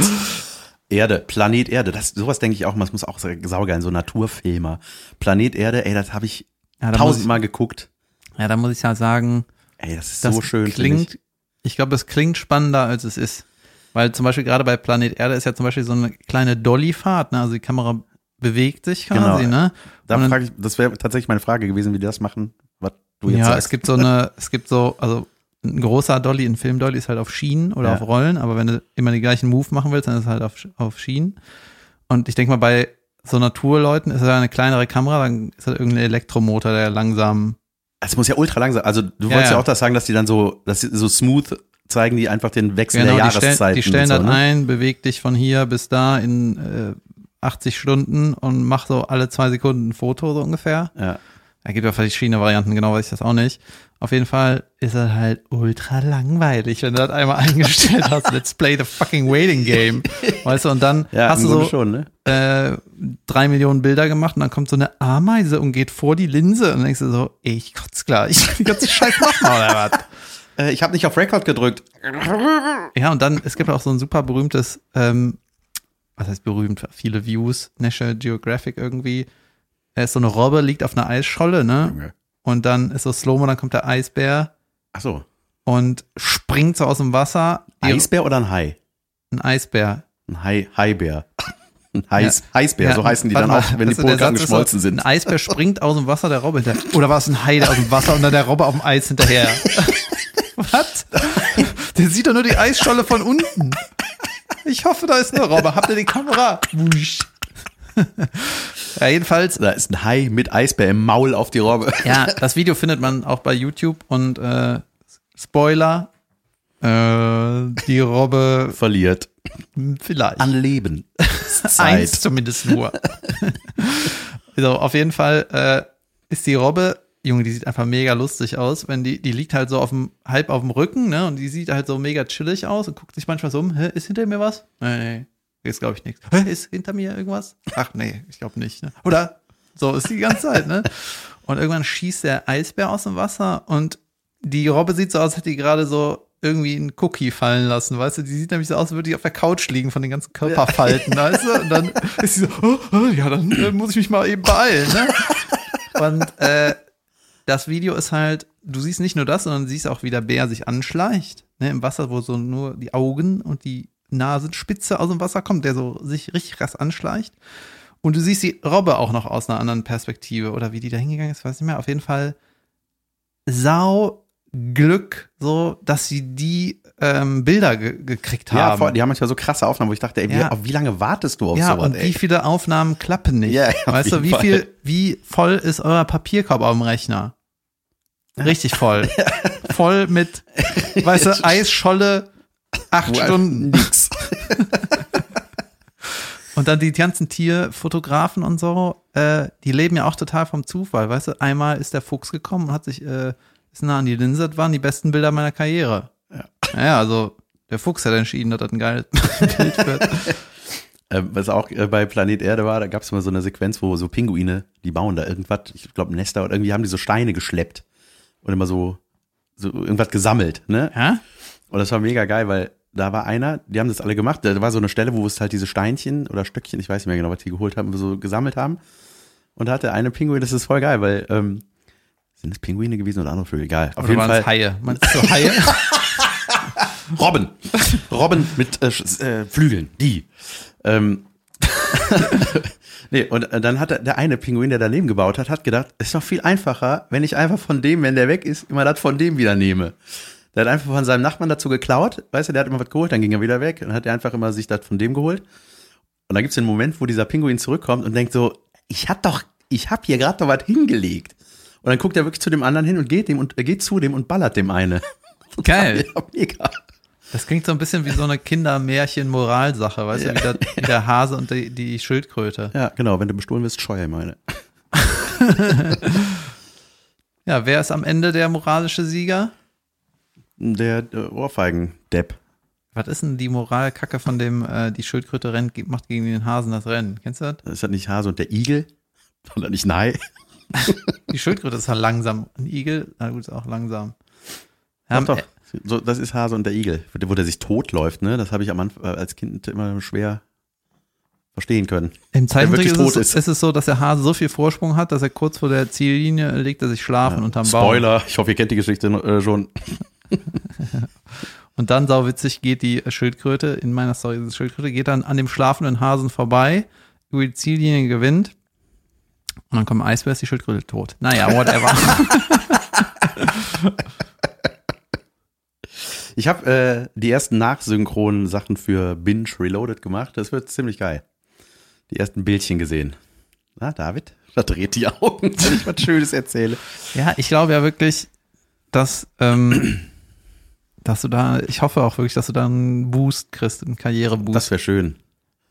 Speaker 1: Erde, Planet Erde. Das, sowas denke ich auch mal. Das muss auch saugeil, so Naturfilmer. Planet Erde, ey, das habe ich
Speaker 2: Ja, da muss ich,
Speaker 1: tausendmal geguckt.
Speaker 2: ja, da muss ich ja sagen,
Speaker 1: Ey, das ist
Speaker 2: das
Speaker 1: so schön. finde
Speaker 2: klingt, ich, glaube, es klingt spannender, als es ist. Weil zum Beispiel gerade bei Planet Erde ist ja zum Beispiel so eine kleine Dolly-Fahrt, ne? Also die Kamera bewegt sich
Speaker 1: Genau.
Speaker 2: quasi, ne?
Speaker 1: ich. Da
Speaker 2: und dann-
Speaker 1: frage ich, das wäre tatsächlich meine Frage gewesen, wie die das machen, was du jetzt
Speaker 2: ja,
Speaker 1: sagst.
Speaker 2: es gibt so eine, es gibt so, also ein großer Dolly, ein Film-Dolly ist halt auf Schienen oder
Speaker 1: Ja.
Speaker 2: auf Rollen, aber wenn du immer die gleichen Move machen willst, dann ist es halt auf, Sch- auf Schienen. Und ich denke mal, bei so Naturleuten ist das ja eine kleinere Kamera, dann ist das irgendein Elektromotor, der langsam,
Speaker 1: Es muss ja ultra langsam. Also du
Speaker 2: Ja,
Speaker 1: wolltest ja,
Speaker 2: ja.
Speaker 1: auch das sagen, dass die dann so, dass sie so smooth zeigen, die einfach den Wechsel der
Speaker 2: Genau, die stellen,
Speaker 1: Jahreszeiten.
Speaker 2: die stellen
Speaker 1: und so,
Speaker 2: das
Speaker 1: ne?
Speaker 2: ein, beweg dich von hier bis da in äh, 80 Stunden und mach so alle zwei Sekunden ein Foto so ungefähr.
Speaker 1: Ja.
Speaker 2: Da gibt ja verschiedene Varianten, genau weiß ich das auch nicht. Auf jeden Fall ist das halt ultra langweilig, wenn du das einmal *laughs* eingestellt hast. Let's play the fucking
Speaker 1: *laughs*
Speaker 2: waiting game. Weißt du, und dann
Speaker 1: Ja,
Speaker 2: hast
Speaker 1: im
Speaker 2: du
Speaker 1: Grunde
Speaker 2: so
Speaker 1: schon, ne?
Speaker 2: äh, drei Millionen Bilder gemacht und dann kommt so eine Ameise und geht vor die Linse und denkst du so, ey, ich kotz gleich. *laughs* Die ganze Scheiße nochmal oder was?
Speaker 1: Äh, ich habe nicht auf Record gedrückt.
Speaker 2: Ja, und dann, es gibt auch so ein super berühmtes, ähm, was heißt berühmt, viele Views, National Geographic irgendwie. Da ist so eine Robbe, liegt auf einer Eisscholle, ne? Und dann ist so Slow-Mo, dann kommt der Eisbär
Speaker 1: Ach so.
Speaker 2: und springt so aus dem Wasser. Die-
Speaker 1: Eisbär oder ein Hai?
Speaker 2: Ein Eisbär.
Speaker 1: Ein Hai, Haibär. Ein Heis, Eisbär,
Speaker 2: Ja,
Speaker 1: so heißen die
Speaker 2: warte
Speaker 1: dann
Speaker 2: mal,
Speaker 1: auch, wenn die
Speaker 2: weißt du, der
Speaker 1: Polkappen
Speaker 2: Satz ist
Speaker 1: geschmolzen
Speaker 2: so,
Speaker 1: sind.
Speaker 2: Ein Eisbär springt aus dem Wasser, der Robbe hinterher. Oder war es ein Hai, der aus dem Wasser und dann der Robbe auf dem
Speaker 1: *laughs*
Speaker 2: Eis hinterher? Was? Der sieht doch nur die Eisscholle von unten. Ich hoffe, da ist eine Robbe. Habt ihr die Kamera? Wusch. ja, jedenfalls,
Speaker 1: Da ist ein Hai mit Eisbär im Maul auf die Robbe. *laughs*
Speaker 2: ja, das Video findet man auch bei YouTube und äh, Spoiler, äh, die Robbe
Speaker 1: Verliert.
Speaker 2: vielleicht.
Speaker 1: An *laughs* Leben.
Speaker 2: Eins zumindest nur. *laughs* so, auf jeden Fall äh, ist die Robbe, Junge, die sieht einfach mega lustig aus, wenn die, die liegt halt so auf dem, halb auf dem Rücken, ne? Und die sieht halt so mega chillig aus und guckt sich manchmal so um, Hä, ist hinter mir was? Nee, nee, ist glaube ich nichts. Hä, ist hinter mir irgendwas? Ach nee, ich glaube nicht. Ne? Oder? So ist die ganze Zeit, ne? Und irgendwann schießt der Eisbär aus dem Wasser und die Robbe sieht so aus, als hätte die gerade so irgendwie einen Cookie fallen lassen, weißt du? Die sieht nämlich so aus, als würde die auf der Couch liegen von den ganzen Körperfalten, weißt du? Und dann ist sie so, oh, oh, ja, dann äh, muss ich mich mal eben beeilen, ne? Und äh, das Video ist halt, du siehst nicht nur das, sondern du siehst auch, wie der Bär sich anschleicht, ne? Im Wasser, wo so nur die Augen und die Nasenspitze aus dem Wasser kommt, der so sich richtig krass anschleicht. Und du siehst die Robbe auch noch aus einer anderen Perspektive oder wie die da hingegangen ist, weiß ich nicht mehr. Auf jeden Fall sau Glück, so, dass sie die ähm, Bilder ge gekriegt haben.
Speaker 1: Ja, voll, die haben manchmal so krasse Aufnahmen, wo ich dachte, ey, wie,
Speaker 2: Ja.
Speaker 1: auf wie lange wartest du auf
Speaker 2: ja,
Speaker 1: sowas,
Speaker 2: und
Speaker 1: ey?
Speaker 2: wie viele Aufnahmen klappen nicht?
Speaker 1: Ja, *laughs* ja, auf
Speaker 2: weißt du,
Speaker 1: jeden
Speaker 2: wie
Speaker 1: Fall.
Speaker 2: viel, wie voll ist euer Papierkorb auf dem Rechner?
Speaker 1: *laughs*
Speaker 2: Richtig voll. voll mit, weißt du, Eisscholle, acht
Speaker 1: Wo-
Speaker 2: Stunden.
Speaker 1: *laughs* Nix.
Speaker 2: Und dann die ganzen Tierfotografen und so, äh, die leben ja auch total vom Zufall, weißt du? Einmal ist der Fuchs gekommen und hat sich, äh, ist nah an die Linse, das waren die besten Bilder meiner Karriere. Ja, ja also der Fuchs hat entschieden, dass das ein geiles *laughs* Bild wird.
Speaker 1: Ähm, was auch äh, bei Planet Erde war, da gab es mal so eine Sequenz, wo so Pinguine, die bauen da irgendwas, ich glaube Nester oder irgendwie haben die so Steine geschleppt und immer so, so irgendwas gesammelt, ne?
Speaker 2: Ja?
Speaker 1: Und das war mega geil, weil da war einer, die haben das alle gemacht, da war so eine Stelle, wo es halt diese Steinchen oder Stöckchen, ich weiß nicht mehr genau, was die geholt haben, so gesammelt haben. Und da hatte eine Pinguin, das ist voll geil, weil ähm, sind es Pinguine gewesen oder andere Vögel? Egal. Auf
Speaker 2: Oder
Speaker 1: jeden *laughs*
Speaker 2: waren
Speaker 1: Fall.
Speaker 2: es Haie? Meinst du Haie?
Speaker 1: Robben. Robben mit äh, Sch- äh, Flügeln. Die. Ähm. *laughs* nee, und äh, dann hat der- der eine Pinguin, der daneben gebaut hat, hat gedacht, ist doch viel einfacher, wenn ich einfach von dem, wenn der weg ist, immer das von dem wieder nehme. Der hat einfach von seinem Nachbarn dazu geklaut, weißt du, der hat immer was geholt, dann ging er wieder weg und hat er einfach immer sich das von dem geholt. Und dann gibt es den Moment, wo dieser Pinguin zurückkommt und denkt so, ich hab doch, ich hab hier gerade doch was hingelegt. Und dann guckt er wirklich zu dem anderen hin und geht dem und äh, geht zu dem und ballert dem eine.
Speaker 2: Geil.
Speaker 1: Ja, mega.
Speaker 2: Das klingt so ein bisschen wie so eine Kindermärchen-Moralsache, weißt du, wie der, wie der Hase und die, die Schildkröte.
Speaker 1: Ja, genau, wenn du bestohlen wirst, scheuer ihm eine.
Speaker 2: Ja, wer ist am Ende der moralische Sieger?
Speaker 1: Der äh, Ohrfeigen-Depp.
Speaker 2: Was ist denn die Moralkacke von dem, äh, die Schildkröte rennt, ge- macht gegen den Hasen das Rennen? Kennst du das?
Speaker 1: Ist das nicht Hase und der Igel? *laughs* Oder nicht Nei?
Speaker 2: Die Schildkröte ist halt langsam. Ein Igel, na gut, ist auch langsam.
Speaker 1: Doch,
Speaker 2: Am
Speaker 1: doch. So, das ist Hase und der Igel, wo der sich totläuft, ne? Das habe ich am Anfang äh, als Kind immer schwer verstehen können.
Speaker 2: Im Zeichentrick
Speaker 1: wirklich
Speaker 2: ist
Speaker 1: tot
Speaker 2: es,
Speaker 1: ist.
Speaker 2: ist es so, dass der Hase so viel Vorsprung hat, dass er kurz vor der Ziellinie legt er sich schlafen unterm Baum.
Speaker 1: Spoiler, ich hoffe, ihr kennt die Geschichte äh, schon.
Speaker 2: Und dann, sauwitzig, geht die Schildkröte, in meiner Story ist es Schildkröte, geht dann an dem schlafenden Hasen vorbei, über die Ziellinie gewinnt. Und dann kommt ein Eisbär, ist die Schildkröte tot. Naja, whatever.
Speaker 1: *laughs* Ich habe äh, die ersten nachsynchronen Sachen für Binge Reloaded gemacht. Das wird ziemlich geil. Die ersten Bildchen gesehen. Na, David, verdreht die Augen, *laughs* wenn ich was Schönes erzähle.
Speaker 2: ja, ich glaube ja wirklich, dass, ähm, dass du da, ich hoffe auch wirklich, dass du da einen Boost kriegst, einen Karriereboost.
Speaker 1: Das wäre schön.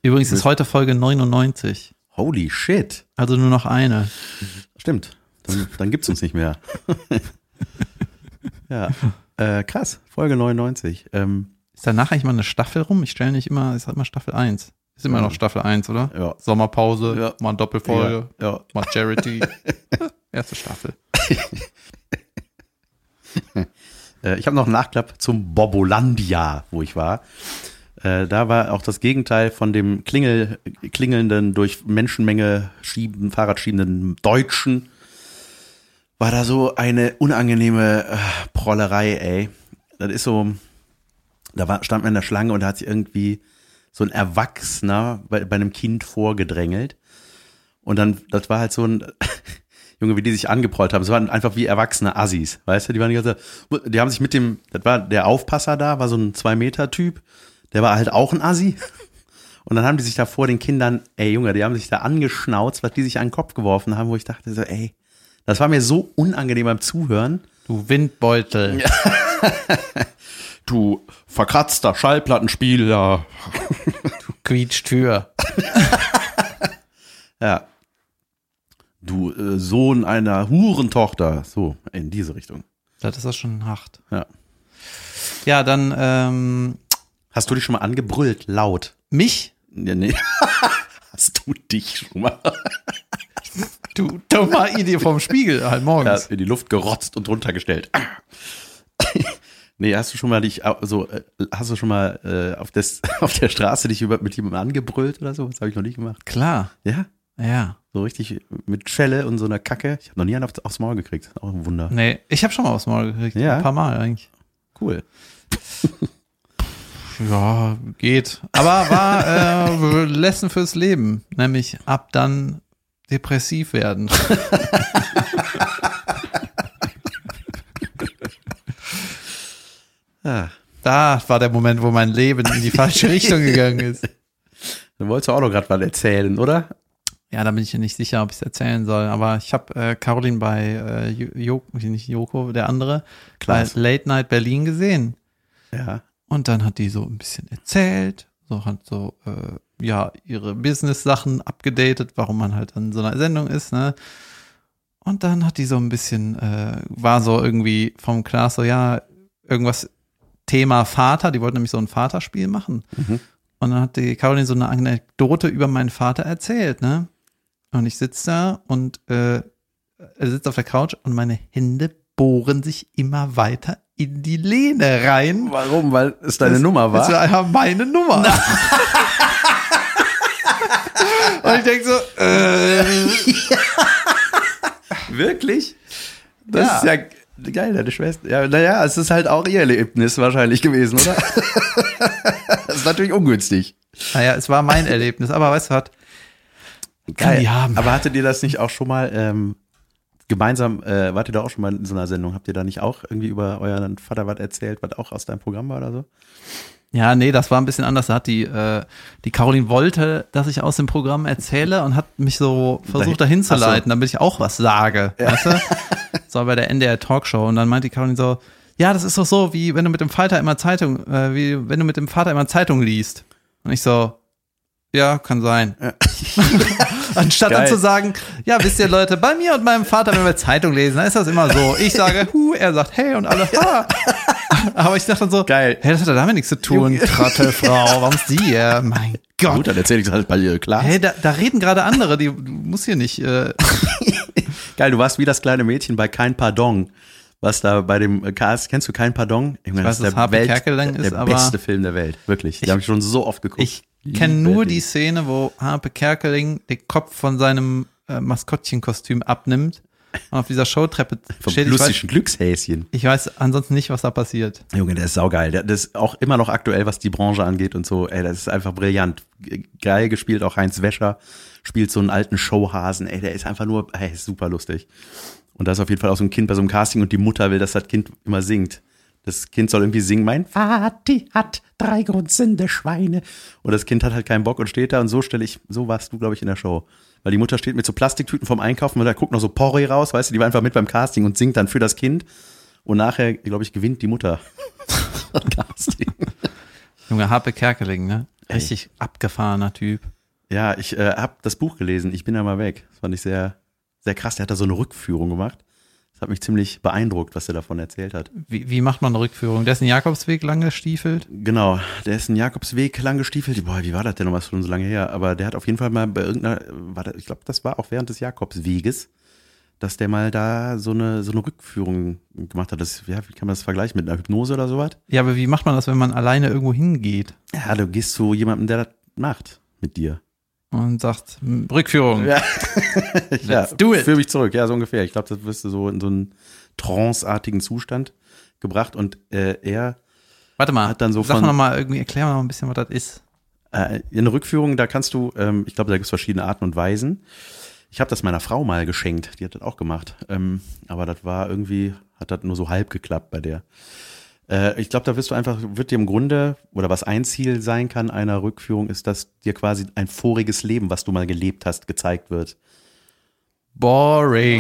Speaker 2: Übrigens ist heute Folge 99.
Speaker 1: Holy shit.
Speaker 2: Also nur noch eine.
Speaker 1: Stimmt. Dann, dann gibt's uns nicht mehr. ja. Äh, krass. Folge 99. Ähm,
Speaker 2: Ist danach eigentlich mal eine Staffel rum? Ich stelle nicht immer, ist halt immer Staffel 1. Ist immer
Speaker 1: Ja.
Speaker 2: noch Staffel 1, oder?
Speaker 1: ja.
Speaker 2: Sommerpause,
Speaker 1: Ja.
Speaker 2: mal eine Doppelfolge.
Speaker 1: Ja.
Speaker 2: Mal
Speaker 1: *laughs*
Speaker 2: Charity. Erste Staffel.
Speaker 1: Äh, ich habe noch einen Nachklapp zum Bobolandia, wo ich war. Äh, da war auch das Gegenteil von dem Klingel, klingelnden, durch Menschenmenge schieben, Fahrrad schiebenden Deutschen. War da so eine unangenehme äh, Prollerei, ey. Das ist so, da war, stand man in der Schlange und da hat sich irgendwie so ein Erwachsener bei, bei einem Kind vorgedrängelt. Und dann, das war halt so ein, Junge, wie die sich angeprollt haben. Es waren einfach wie erwachsene Assis, weißt du? Die waren die ganze Zeit, die haben sich mit dem, das war der Aufpasser da, war so ein Zwei-Meter-Typ, der war halt auch ein Assi. Und dann haben die sich da vor den Kindern, ey Junge, die haben sich da angeschnauzt, was die sich an den Kopf geworfen haben, wo ich dachte so, ey, das war mir so unangenehm beim Zuhören.
Speaker 2: Du Windbeutel.
Speaker 1: Du verkratzter Schallplattenspieler.
Speaker 2: Quietschtür.
Speaker 1: Ja. Du äh, Sohn einer Hurentochter. So, in diese Richtung.
Speaker 2: Das ist ja schon hart.
Speaker 1: Ja.
Speaker 2: Ja, dann ähm,
Speaker 1: Hast du dich schon mal angebrüllt, laut?
Speaker 2: mich.
Speaker 1: Ja, nee. *laughs* Hast du dich schon mal
Speaker 2: Du dummer Idee vom Spiegel halt
Speaker 1: ja,
Speaker 2: morgens.
Speaker 1: in die Luft gerotzt und runtergestellt? *laughs* nee, hast du schon mal dich au- so äh, hast du schon mal äh, auf, des, *laughs* auf der Straße dich über, mit jemandem angebrüllt oder so? Das habe ich noch nie gemacht.
Speaker 2: Klar.
Speaker 1: Ja,
Speaker 2: Ja.
Speaker 1: so richtig mit Schelle und so einer Kacke. Ich habe noch nie einen auf, aufs Maul gekriegt. Auch ein Wunder.
Speaker 2: Nee, ich habe schon mal aufs Maul gekriegt.
Speaker 1: Ja?
Speaker 2: Ein paar Mal eigentlich.
Speaker 1: Cool.
Speaker 2: Ja, geht. Aber war äh, Lesson fürs Leben. Nämlich ab dann depressiv werden.
Speaker 1: Ja,
Speaker 2: Da war der Moment, wo mein Leben in die falsche Richtung gegangen ist.
Speaker 1: dann wolltest du auch noch gerade mal erzählen, oder?
Speaker 2: Ja, da bin ich ja nicht sicher, ob ich es erzählen soll. Aber ich habe äh, Caroline bei äh, Jo- Joko, nicht Joko, der andere,
Speaker 1: Klaas.
Speaker 2: bei Late Night Berlin gesehen.
Speaker 1: Ja.
Speaker 2: Und dann hat die so ein bisschen erzählt, so hat so äh, ja ihre Business-Sachen abgedatet, warum man halt an so einer Sendung ist, ne? Und dann hat die so ein bisschen, äh, war so irgendwie vom Klaas so, ja, irgendwas Thema Vater, die wollten nämlich so ein Vaterspiel machen.
Speaker 1: Mhm.
Speaker 2: Und dann hat die Caroline so eine Anekdote über meinen Vater erzählt, ne? Und ich sitze da und äh, sitze auf der Couch und meine Hände bohren sich immer weiter in die Lehne rein.
Speaker 1: Warum? Weil es deine
Speaker 2: Das-
Speaker 1: Nummer
Speaker 2: Das
Speaker 1: war.
Speaker 2: war einfach meine Nummer. *laughs* Und ich denke so, äh,
Speaker 1: Wirklich?
Speaker 2: Ja.
Speaker 1: Das ist ja Geil, deine Schwester. Ja, naja, es ist halt auch ihr Erlebnis wahrscheinlich gewesen,
Speaker 2: *laughs*
Speaker 1: oder? das ist natürlich ungünstig.
Speaker 2: Naja, es war mein Erlebnis, aber weißt du was? Kann die haben.
Speaker 1: Aber hattet ihr das nicht auch schon mal ähm, gemeinsam, äh, wart ihr da auch schon mal in so einer Sendung? Habt ihr da nicht auch irgendwie über euren Vater was erzählt, was auch aus deinem Programm war oder so?
Speaker 2: Ja, nee, das war ein bisschen anders. Da hat die, äh, die Caroline wollte, dass ich aus dem Programm erzähle und hat mich so versucht
Speaker 1: Dahin-
Speaker 2: dahin zu leiten, damit ich auch was sage. Weißt du? Das war bei der NDR Talkshow und dann meinte die Caroline so, ja, das ist doch so, wie wenn du mit dem Vater immer Zeitung, äh, wie wenn du mit dem Vater immer Zeitung liest. Und ich so, ja, kann sein. *laughs* Anstatt dann
Speaker 1: Geil.
Speaker 2: zu sagen, ja, wisst ihr Leute, bei mir und meinem Vater, wenn wir Zeitung lesen, dann ist das immer so. Ich sage, hu, er sagt, hey und alle, ha. Aber ich dachte dann so,
Speaker 1: Geil.
Speaker 2: Hey, das hat ja damit nichts zu tun,
Speaker 1: *laughs*
Speaker 2: Trottelfrau. Warum ist die hier? Mein Gott.
Speaker 1: Gut, dann erzähl ich das halt bei dir, klar.
Speaker 2: Hey, da, da reden gerade andere, die du musst hier nicht. Äh,
Speaker 1: Geil, du warst wie das kleine Mädchen bei Kein Pardon. Was da bei dem Cast, kennst du Kein Pardon? Ich meine,
Speaker 2: weiß, dass Harpe Kerkeling ist,
Speaker 1: der
Speaker 2: aber-
Speaker 1: beste Film der Welt, wirklich. Die habe ich schon so oft geguckt.
Speaker 2: ich kenne nur
Speaker 1: Liebe
Speaker 2: die Szene, wo Harpe Kerkeling den Kopf von seinem äh, Maskottchenkostüm abnimmt und auf dieser Showtreppe
Speaker 1: Vom
Speaker 2: steht. Ich weiß,
Speaker 1: lustischen Glückshäschen.
Speaker 2: ich weiß ansonsten nicht, was da passiert.
Speaker 1: Junge, der ist saugeil. Der, das ist auch immer noch aktuell, was die Branche angeht und so. Ey, das ist einfach brillant. Ge- Geil gespielt, auch Heinz Wäscher spielt so einen alten Showhasen. Ey, der ist einfach nur, ey, ist super lustig. Und da ist auf jeden Fall auch so ein Kind bei so einem Casting und die Mutter will, dass das Kind immer singt. Das Kind soll irgendwie singen, mein Vati hat drei grunzende Schweine. Und das Kind hat halt keinen Bock und steht da und so stelle ich, so warst du, glaube ich, in der Show. Weil die Mutter steht mit so Plastiktüten vom Einkaufen und da guckt noch so Porree raus, weißt du, die war einfach mit beim Casting und singt dann für das Kind. Und nachher, glaube ich, gewinnt die Mutter. Casting.
Speaker 2: Junge, Harpe Kerkeling, ne? Richtig abgefahrener Typ.
Speaker 1: Ja, ich äh, habe das Buch gelesen. Ich bin da mal weg. Das fand ich sehr, sehr krass. Der hat da so eine Rückführung gemacht. Das hat mich ziemlich beeindruckt, was er davon erzählt hat.
Speaker 2: Wie, wie macht man eine Rückführung? Der ist ein Jakobsweg lang gestiefelt.
Speaker 1: Genau, der ist einen Jakobsweg lang gestiefelt. Boah, wie war das denn noch? Was ist schon so lange her? Aber der hat auf jeden Fall mal bei irgendeiner, war das, ich glaube, das war auch während des Jakobsweges, dass der mal da so eine, so eine Rückführung gemacht hat. Das, ja, wie kann man das vergleichen? Mit einer Hypnose oder sowas?
Speaker 2: Ja, aber wie macht man das, wenn man alleine irgendwo hingeht
Speaker 1: Ja, du gehst zu jemandem, der das macht mit dir.
Speaker 2: und sagt, "Hm,
Speaker 1: *laughs*
Speaker 2: Rückführung?
Speaker 1: Ja. ja,
Speaker 2: do it.
Speaker 1: Führ mich zurück, ja, so ungefähr. Ich glaube, das wirst du so in so einen tranceartigen Zustand gebracht und äh, er
Speaker 2: Warte mal,
Speaker 1: Hat dann so
Speaker 2: sag
Speaker 1: von-
Speaker 2: noch mal irgendwie, erklär mal ein bisschen, was das ist.
Speaker 1: Äh, eine Rückführung, da kannst du, ähm, ich glaube, da gibt es verschiedene Arten und Weisen. Ich habe das meiner Frau mal geschenkt, die hat das auch gemacht. Ähm, aber das war irgendwie, hat das nur so halb geklappt bei der. Äh, ich glaube, da wirst du einfach, wird dir im Grunde, oder was ein Ziel sein kann einer Rückführung, ist, dass dir quasi ein voriges Leben, was du mal gelebt hast, gezeigt wird. *laughs*
Speaker 2: Boring.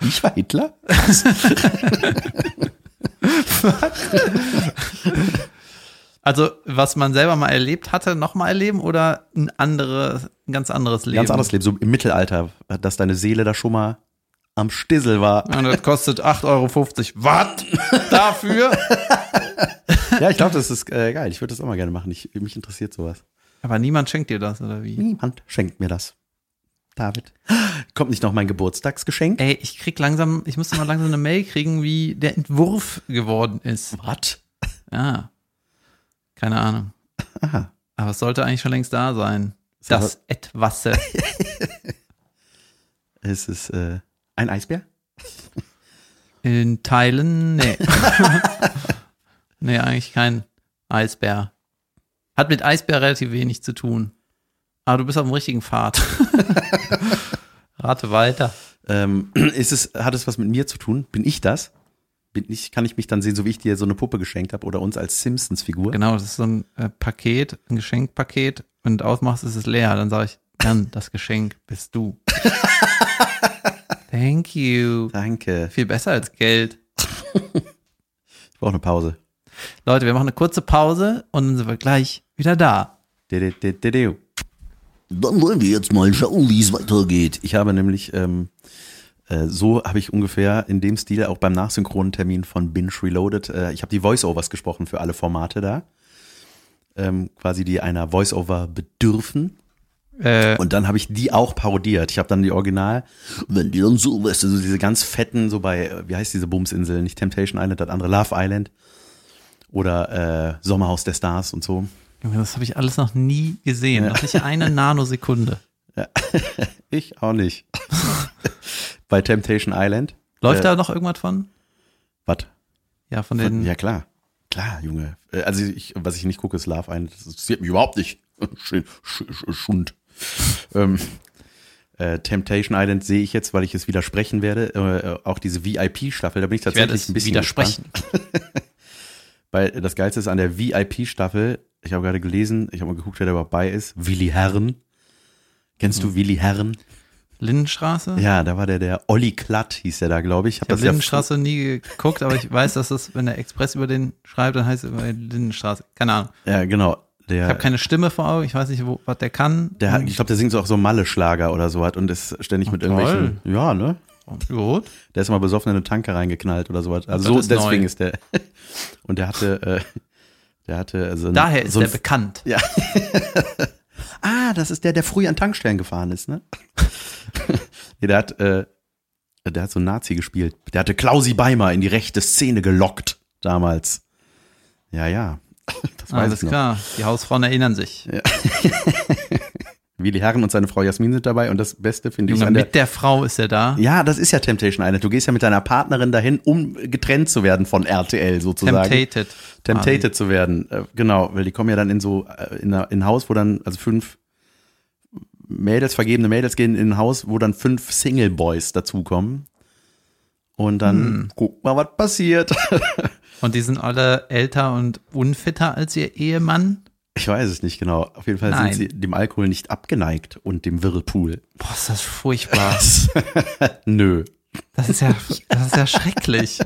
Speaker 1: Ich war Hitler?
Speaker 2: Also, was man selber mal erlebt hatte, nochmal erleben oder ein anderes, ein ganz anderes Leben?
Speaker 1: Ganz anderes Leben, so im Mittelalter, dass deine Seele da schon mal am Stissel war.
Speaker 2: *laughs* Und das kostet 8,50 Euro. Was? Dafür?
Speaker 1: *laughs* Ja, ich glaube, das ist äh, geil. Ich würde das auch mal gerne machen. Ich, mich interessiert sowas.
Speaker 2: Aber niemand schenkt dir das, oder wie?
Speaker 1: Niemand schenkt mir das. David. Kommt nicht noch mein Geburtstagsgeschenk?
Speaker 2: Ey, ich krieg langsam, ich müsste mal langsam eine Mail kriegen, wie der Entwurf geworden ist.
Speaker 1: Was?
Speaker 2: Ja. Keine Ahnung.
Speaker 1: Aha.
Speaker 2: Aber es sollte eigentlich schon längst da sein.
Speaker 1: Ist aber-
Speaker 2: Das Etwasse.
Speaker 1: Es ist äh, ein Eisbär?
Speaker 2: In Teilen, nee. nee, eigentlich kein Eisbär. Hat mit Eisbär relativ wenig zu tun. Aber du bist auf dem richtigen Pfad. Rate weiter.
Speaker 1: Ähm, *clears throat* ist es, hat es was mit mir zu tun? Bin ich das? Bin ich, kann ich mich dann sehen, so wie ich dir so eine Puppe geschenkt habe oder uns als Simpsons-Figur?
Speaker 2: Genau, das ist so ein äh, Paket, ein Geschenkpaket. Wenn du aufmachst, ist es leer. Dann sage ich, dann das Geschenk bist du. Thank you.
Speaker 1: Danke.
Speaker 2: Viel besser als Geld.
Speaker 1: Ich brauche eine Pause.
Speaker 2: Leute, wir machen eine kurze Pause und dann sind wir gleich wieder da.
Speaker 1: Dididididiu.
Speaker 3: Dann wollen wir jetzt mal schauen, wie es weitergeht.
Speaker 1: Ich habe nämlich, ähm, äh, so habe ich ungefähr in dem Stil auch beim nachsynchronen Termin von Binge Reloaded, äh, ich habe die Voiceovers gesprochen für alle Formate da. Ähm, quasi die einer Voiceover bedürfen.
Speaker 2: Äh,
Speaker 1: Und dann habe ich die auch parodiert. Ich habe dann die Original,
Speaker 3: Wenn die dann so was
Speaker 1: weißt du, so diese ganz fetten, so bei, äh, wie heißt diese Bumsinsel? Nicht Temptation Island, das andere Love Island. Oder äh, Sommerhaus der Stars und so.
Speaker 2: Junge, das habe ich alles noch nie gesehen. Noch nicht eine Nanosekunde.
Speaker 1: Ich auch nicht. *laughs* bei Temptation Island.
Speaker 2: Läuft
Speaker 1: Äh,
Speaker 2: da noch irgendwas von?
Speaker 1: Was?
Speaker 2: Ja, von den.
Speaker 1: Ja, klar. Klar, Junge. Äh, Also ich, was ich nicht gucke, ist Love ein. Das interessiert mich überhaupt nicht. *laughs* Schön, sch, sch, Schund. ähm, äh, Temptation Island sehe ich jetzt, weil ich es widersprechen werde. Äh, äh, auch diese VIP-Staffel, da bin ich
Speaker 2: ich werde
Speaker 1: tatsächlich
Speaker 2: es
Speaker 1: ein bisschen
Speaker 2: widersprechen.
Speaker 1: Gespannt, weil das Geilste ist an der VIP-Staffel, ich habe gerade gelesen, ich habe mal geguckt, wer da überhaupt bei ist. Willi Herren. Kennst
Speaker 2: Hm.
Speaker 1: du Willi Herren?
Speaker 2: Lindenstraße?
Speaker 1: Ja, da war der, der Olli Klatt hieß der da, glaube ich. Hab
Speaker 2: Ich habe
Speaker 1: das ja-
Speaker 2: Lindenstraße nie geguckt, aber ich weiß, dass das, wenn der Express über den schreibt, dann heißt es immer Lindenstraße. Keine Ahnung.
Speaker 1: Ja, genau. Der,
Speaker 2: Ich habe keine Stimme vor Augen, ich weiß nicht, wo, was der kann.
Speaker 1: Der hat, ich glaube, der singt so auch so Malle-Schlager oder so hat und ist ständig mit
Speaker 2: Hm. Ach,
Speaker 1: irgendwelchen. Ja, ne?
Speaker 2: Gut.
Speaker 1: Der ist mal besoffen in eine Tanke reingeknallt oder sowas. Also so,
Speaker 2: Das ist neu.
Speaker 1: deswegen ist der. *laughs* Und der hatte, äh, der hatte also
Speaker 2: Daher ist
Speaker 1: so
Speaker 2: der
Speaker 1: ein,
Speaker 2: bekannt.
Speaker 1: Ah, das ist der, der früh an Tankstellen gefahren ist, ne? *laughs* nee, der hat, äh, der hat so einen Nazi gespielt. Der hatte Klausi Beimer in die rechte Szene gelockt damals. Ja, ja. *laughs* Das weiß
Speaker 2: Alles
Speaker 1: ich noch.
Speaker 2: klar. Die Hausfrauen erinnern sich.
Speaker 1: Wie die Herren und seine Frau Jasmin sind dabei und das Beste finde ich
Speaker 2: Junge,
Speaker 1: an der
Speaker 2: mit der Frau ist er da.
Speaker 1: Ja, das ist ja Temptation Island. Du gehst ja mit deiner Partnerin dahin, um getrennt zu werden von RTL sozusagen.
Speaker 2: Temptated.
Speaker 1: Temptated zu werden. Äh, Genau, weil die kommen ja dann in so äh, in, einer- in ein Haus, wo dann also fünf Mädels vergebene Mädels gehen in ein Haus, wo dann fünf Single Boys dazukommen. Und dann guck mal, was passiert. *laughs*
Speaker 2: Quasi. Und die sind alle älter und unfitter als ihr Ehemann.
Speaker 1: Ich weiß es nicht genau. Auf jeden Fall
Speaker 2: Nein.
Speaker 1: sind sie dem Alkohol nicht abgeneigt und dem Whirlpool. *laughs*
Speaker 2: Boah, ist das furchtbar.
Speaker 1: Nö.
Speaker 2: Das *laughs* ist ja, das ist ja schrecklich.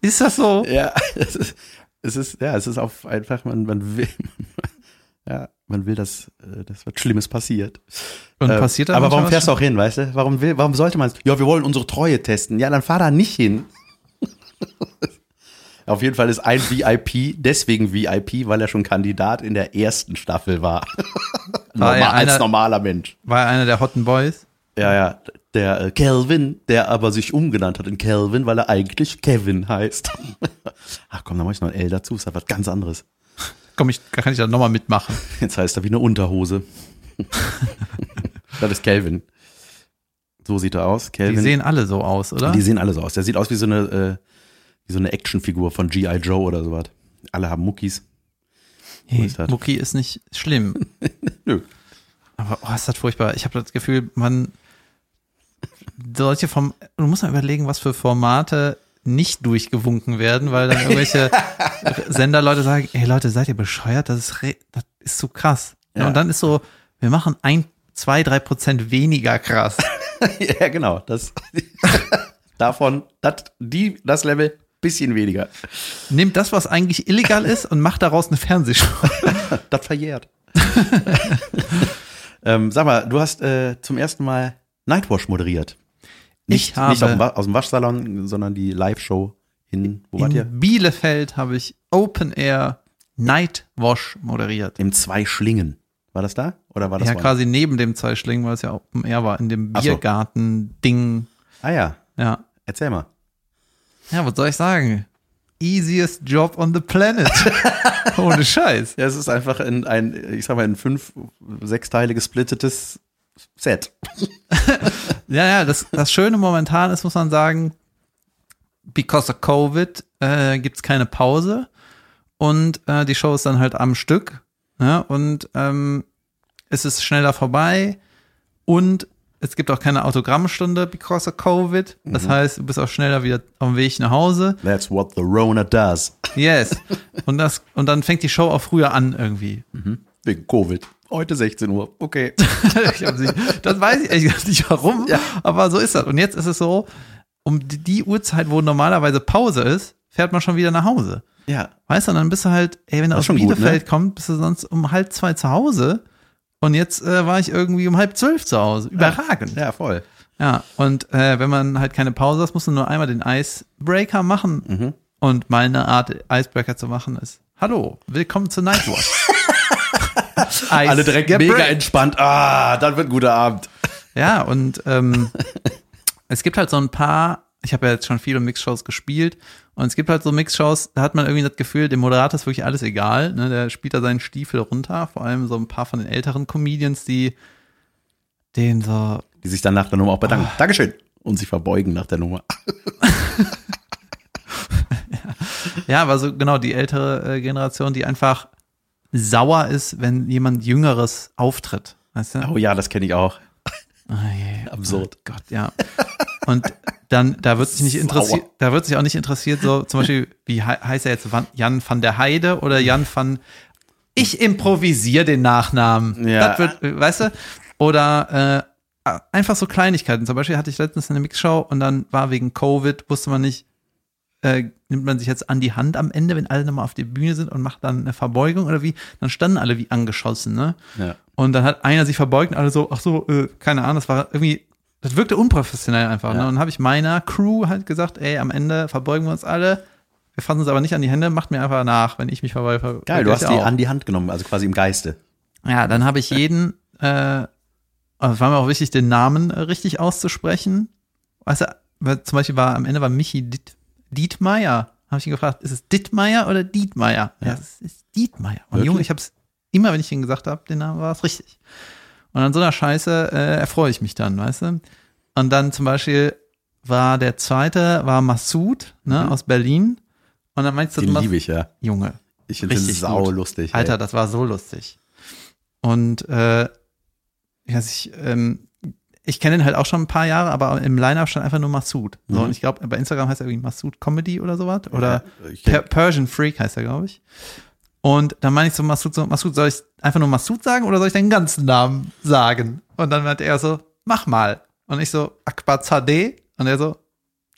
Speaker 2: Ist das so?
Speaker 1: Ja, *laughs* es ist, es ist, ja, es ist auf einfach, man, man will, *laughs* ja, man will, dass, äh, dass was Schlimmes passiert.
Speaker 2: Und
Speaker 1: Äh,
Speaker 2: passiert da
Speaker 1: aber warum
Speaker 2: manchmal
Speaker 1: fährst
Speaker 2: was?
Speaker 1: du auch hin, weißt du? Warum, will, warum sollte man Ja, wir wollen unsere Treue testen. Ja, dann fahr da nicht hin. *laughs* Auf jeden Fall ist ein VIP, deswegen VIP, weil er schon Kandidat in der ersten Staffel war. *laughs*
Speaker 2: War
Speaker 1: Normal,
Speaker 2: er einer-
Speaker 1: als normaler Mensch.
Speaker 2: War er einer der Hotten Boys?
Speaker 1: Ja, ja. Der äh, Calvin, der aber sich umgenannt hat in Calvin, weil er eigentlich Kevin heißt. *laughs* Ach komm, da mache ich noch ein L dazu, ist halt was ganz anderes.
Speaker 2: Komm, ich, kann ich da nochmal mitmachen.
Speaker 1: Jetzt heißt er wie eine Unterhose. das ist Calvin. So sieht er aus.
Speaker 2: Die
Speaker 1: Calvin.
Speaker 2: sehen alle so aus, oder?
Speaker 1: Die sehen alle so aus. Der sieht aus wie so eine, äh, wie so eine Actionfigur von G.I. Joe oder sowas. Alle haben Muckis. *laughs*
Speaker 2: Hey,
Speaker 1: ist das?
Speaker 2: Mucki ist nicht schlimm.
Speaker 1: *laughs* Nö.
Speaker 2: Aber oh, ist das furchtbar. Ich habe das Gefühl, man solche vom du musst mal überlegen, was für Formate nicht durchgewunken werden, weil dann
Speaker 1: *laughs*
Speaker 2: irgendwelche Senderleute sagen, ey Leute, seid ihr bescheuert? Das ist, re- das ist zu krass.
Speaker 1: Ja.
Speaker 2: Und dann ist so, wir machen ein, zwei, drei Prozent weniger krass.
Speaker 1: ja, genau. Das, *laughs* davon, dat, die, das Level, bisschen weniger.
Speaker 2: Nehmt das, was eigentlich illegal ist und macht daraus eine Fernsehshow.
Speaker 1: Das verjährt. *laughs* ähm, sag mal, du hast äh, zum ersten Mal Nightwash moderiert. Nicht,
Speaker 2: Ich habe-
Speaker 1: nicht auf dem Wa- aus dem Waschsalon, sondern die Live-Show in, wo wart ihr?
Speaker 2: In Bielefeld habe ich Open Air Nightwash moderiert.
Speaker 1: Im Zwei Schlingen. War das da? Oder war das
Speaker 2: Ja,
Speaker 1: woanders?
Speaker 2: quasi neben dem zwei Schlingen, weil es ja Open Air war, in dem
Speaker 1: Ach so.
Speaker 2: Biergarten-Ding.
Speaker 1: Ah ja,
Speaker 2: Ja.
Speaker 1: erzähl mal.
Speaker 2: Ja, was soll ich sagen? Easiest Job on
Speaker 1: *laughs*
Speaker 2: the planet. Ohne Scheiß.
Speaker 1: Ja, es ist einfach in ein, ich sag mal, in fünf, sechsteile gesplittetes Set.
Speaker 2: Ja, ja, das, das Schöne momentan ist, muss man sagen, because of Covid äh, gibt's keine Pause und äh, die Show ist dann halt am Stück ne? und ähm, es ist schneller vorbei und es gibt auch keine Autogrammstunde because of Covid. Das heißt, du bist auch schneller wieder auf dem Weg nach Hause.
Speaker 1: That's what the Rona does.
Speaker 2: Yes. Und, das, und dann fängt die Show auch früher an irgendwie.
Speaker 1: Wegen Covid. Heute 16 Uhr. Okay.
Speaker 2: ich hab sie, das weiß ich ehrlich gesagt nicht warum, aber so ist das. Und jetzt ist es so, um die, die Uhrzeit, wo normalerweise Pause ist, fährt man schon wieder nach Hause.
Speaker 1: Ja.
Speaker 2: Weißt du, und dann bist du halt, ey, wenn du
Speaker 1: Das
Speaker 2: aus
Speaker 1: ist schon gut, ne?
Speaker 2: Bielefeld kommst, bist du sonst um halb zwei zu Hause. Und jetzt äh, war ich irgendwie um halb zwölf zu Hause. Überragend.
Speaker 1: Ja, voll.
Speaker 2: Ja, und äh, wenn man halt keine Pause hat, muss man nur einmal den Icebreaker machen.
Speaker 1: Mhm.
Speaker 2: Und meine Art, Icebreaker zu machen, ist: Hallo, willkommen
Speaker 1: *laughs*
Speaker 2: zu Nightwatch. Ice
Speaker 1: Alle direkt
Speaker 2: your
Speaker 1: mega
Speaker 2: break.
Speaker 1: entspannt. Ah, dann wird ein guter Abend.
Speaker 2: Ja, und ähm, es gibt halt so ein paar, ich habe ja jetzt schon viele Mixshows gespielt und es gibt halt so Mixshows, da hat man irgendwie das Gefühl, dem Moderator ist wirklich alles egal, ne? der spielt da seinen Stiefel runter, vor allem so ein paar von den älteren Comedians, die den so Ah.
Speaker 1: Die sich danach dann nochmal auch bedanken. Dankeschön. und sich verbeugen nach der Nummer. *laughs*
Speaker 2: Ja, aber so genau die ältere äh, Generation, die einfach sauer ist, wenn jemand Jüngeres auftritt. Weißt du?
Speaker 1: Oh ja, das kenne ich auch.
Speaker 2: Ah, je, je.
Speaker 1: Absurd.
Speaker 2: Oh Gott, ja. Und dann, da wird sich nicht interessiert,
Speaker 1: Sauer.
Speaker 2: da wird sich auch nicht interessiert, so zum Beispiel, wie hei- heißt er jetzt, Van, Jan van der Heide oder Jan van, ich improvisiere den Nachnamen.
Speaker 1: Ja.
Speaker 2: Das wird, äh, weißt du? Oder äh, einfach so Kleinigkeiten. Zum Beispiel hatte ich letztens eine Mixshow und dann war wegen Covid, wusste man nicht, äh, nimmt man sich jetzt an die Hand am Ende, wenn alle nochmal auf der Bühne sind und macht dann eine Verbeugung oder wie, dann standen alle wie angeschossen, ne?
Speaker 1: Ja.
Speaker 2: Und dann hat einer sich verbeugt und alle so, ach so, äh, keine Ahnung, das war irgendwie, das wirkte unprofessionell einfach. Ne?
Speaker 1: Ja.
Speaker 2: Und dann habe ich meiner Crew halt gesagt, ey, am Ende verbeugen wir uns alle. Wir fassen uns aber nicht an die Hände, macht mir einfach nach, wenn ich mich verbeuge. verbeuge
Speaker 1: Geil, du
Speaker 2: ich
Speaker 1: hast die
Speaker 2: auch.
Speaker 1: an die Hand genommen, also quasi im Geiste.
Speaker 2: Ja, dann habe ich jeden, äh, also war mir auch wichtig, den Namen äh, richtig auszusprechen. Weißt du, weil zum Beispiel war am Ende war Michi Diet, Dietmeier. Habe ich ihn gefragt, ist es Dittmeier oder Dietmeier? Ja,
Speaker 1: Ja.
Speaker 2: es ist Dietmeier. Und
Speaker 1: Wirklich?
Speaker 2: Junge, ich habe es immer, wenn ich ihn gesagt habe, den Namen war es richtig. Und an so einer Scheiße äh, erfreue ich mich dann, weißt du? Und dann zum Beispiel war der zweite, war Massoud, ne,
Speaker 1: Mhm.
Speaker 2: aus Berlin. Und dann meinst du,
Speaker 1: Den
Speaker 2: Mas-
Speaker 1: liebe ich ja.
Speaker 2: Junge,
Speaker 1: Ich finde den
Speaker 2: Richtig
Speaker 1: sau
Speaker 2: gut.
Speaker 1: lustig. ey.
Speaker 2: Alter, das war so lustig. Und äh, ja, ich, ähm, ich kenne ihn halt auch schon ein paar Jahre, aber im Line-Up stand einfach nur Massoud. So,
Speaker 1: Mhm.
Speaker 2: und ich glaube, bei Instagram heißt er irgendwie Massoud Comedy oder sowas. Oder
Speaker 1: Ja, ich
Speaker 2: per Persian Freak heißt er, glaube ich. Und dann meine ich zu Massoud so, Massoud, soll ich einfach nur Massoud sagen oder soll ich deinen ganzen Namen sagen? Und dann meinte er so, mach mal. Und ich so, Akbar Zadeh. Und er so,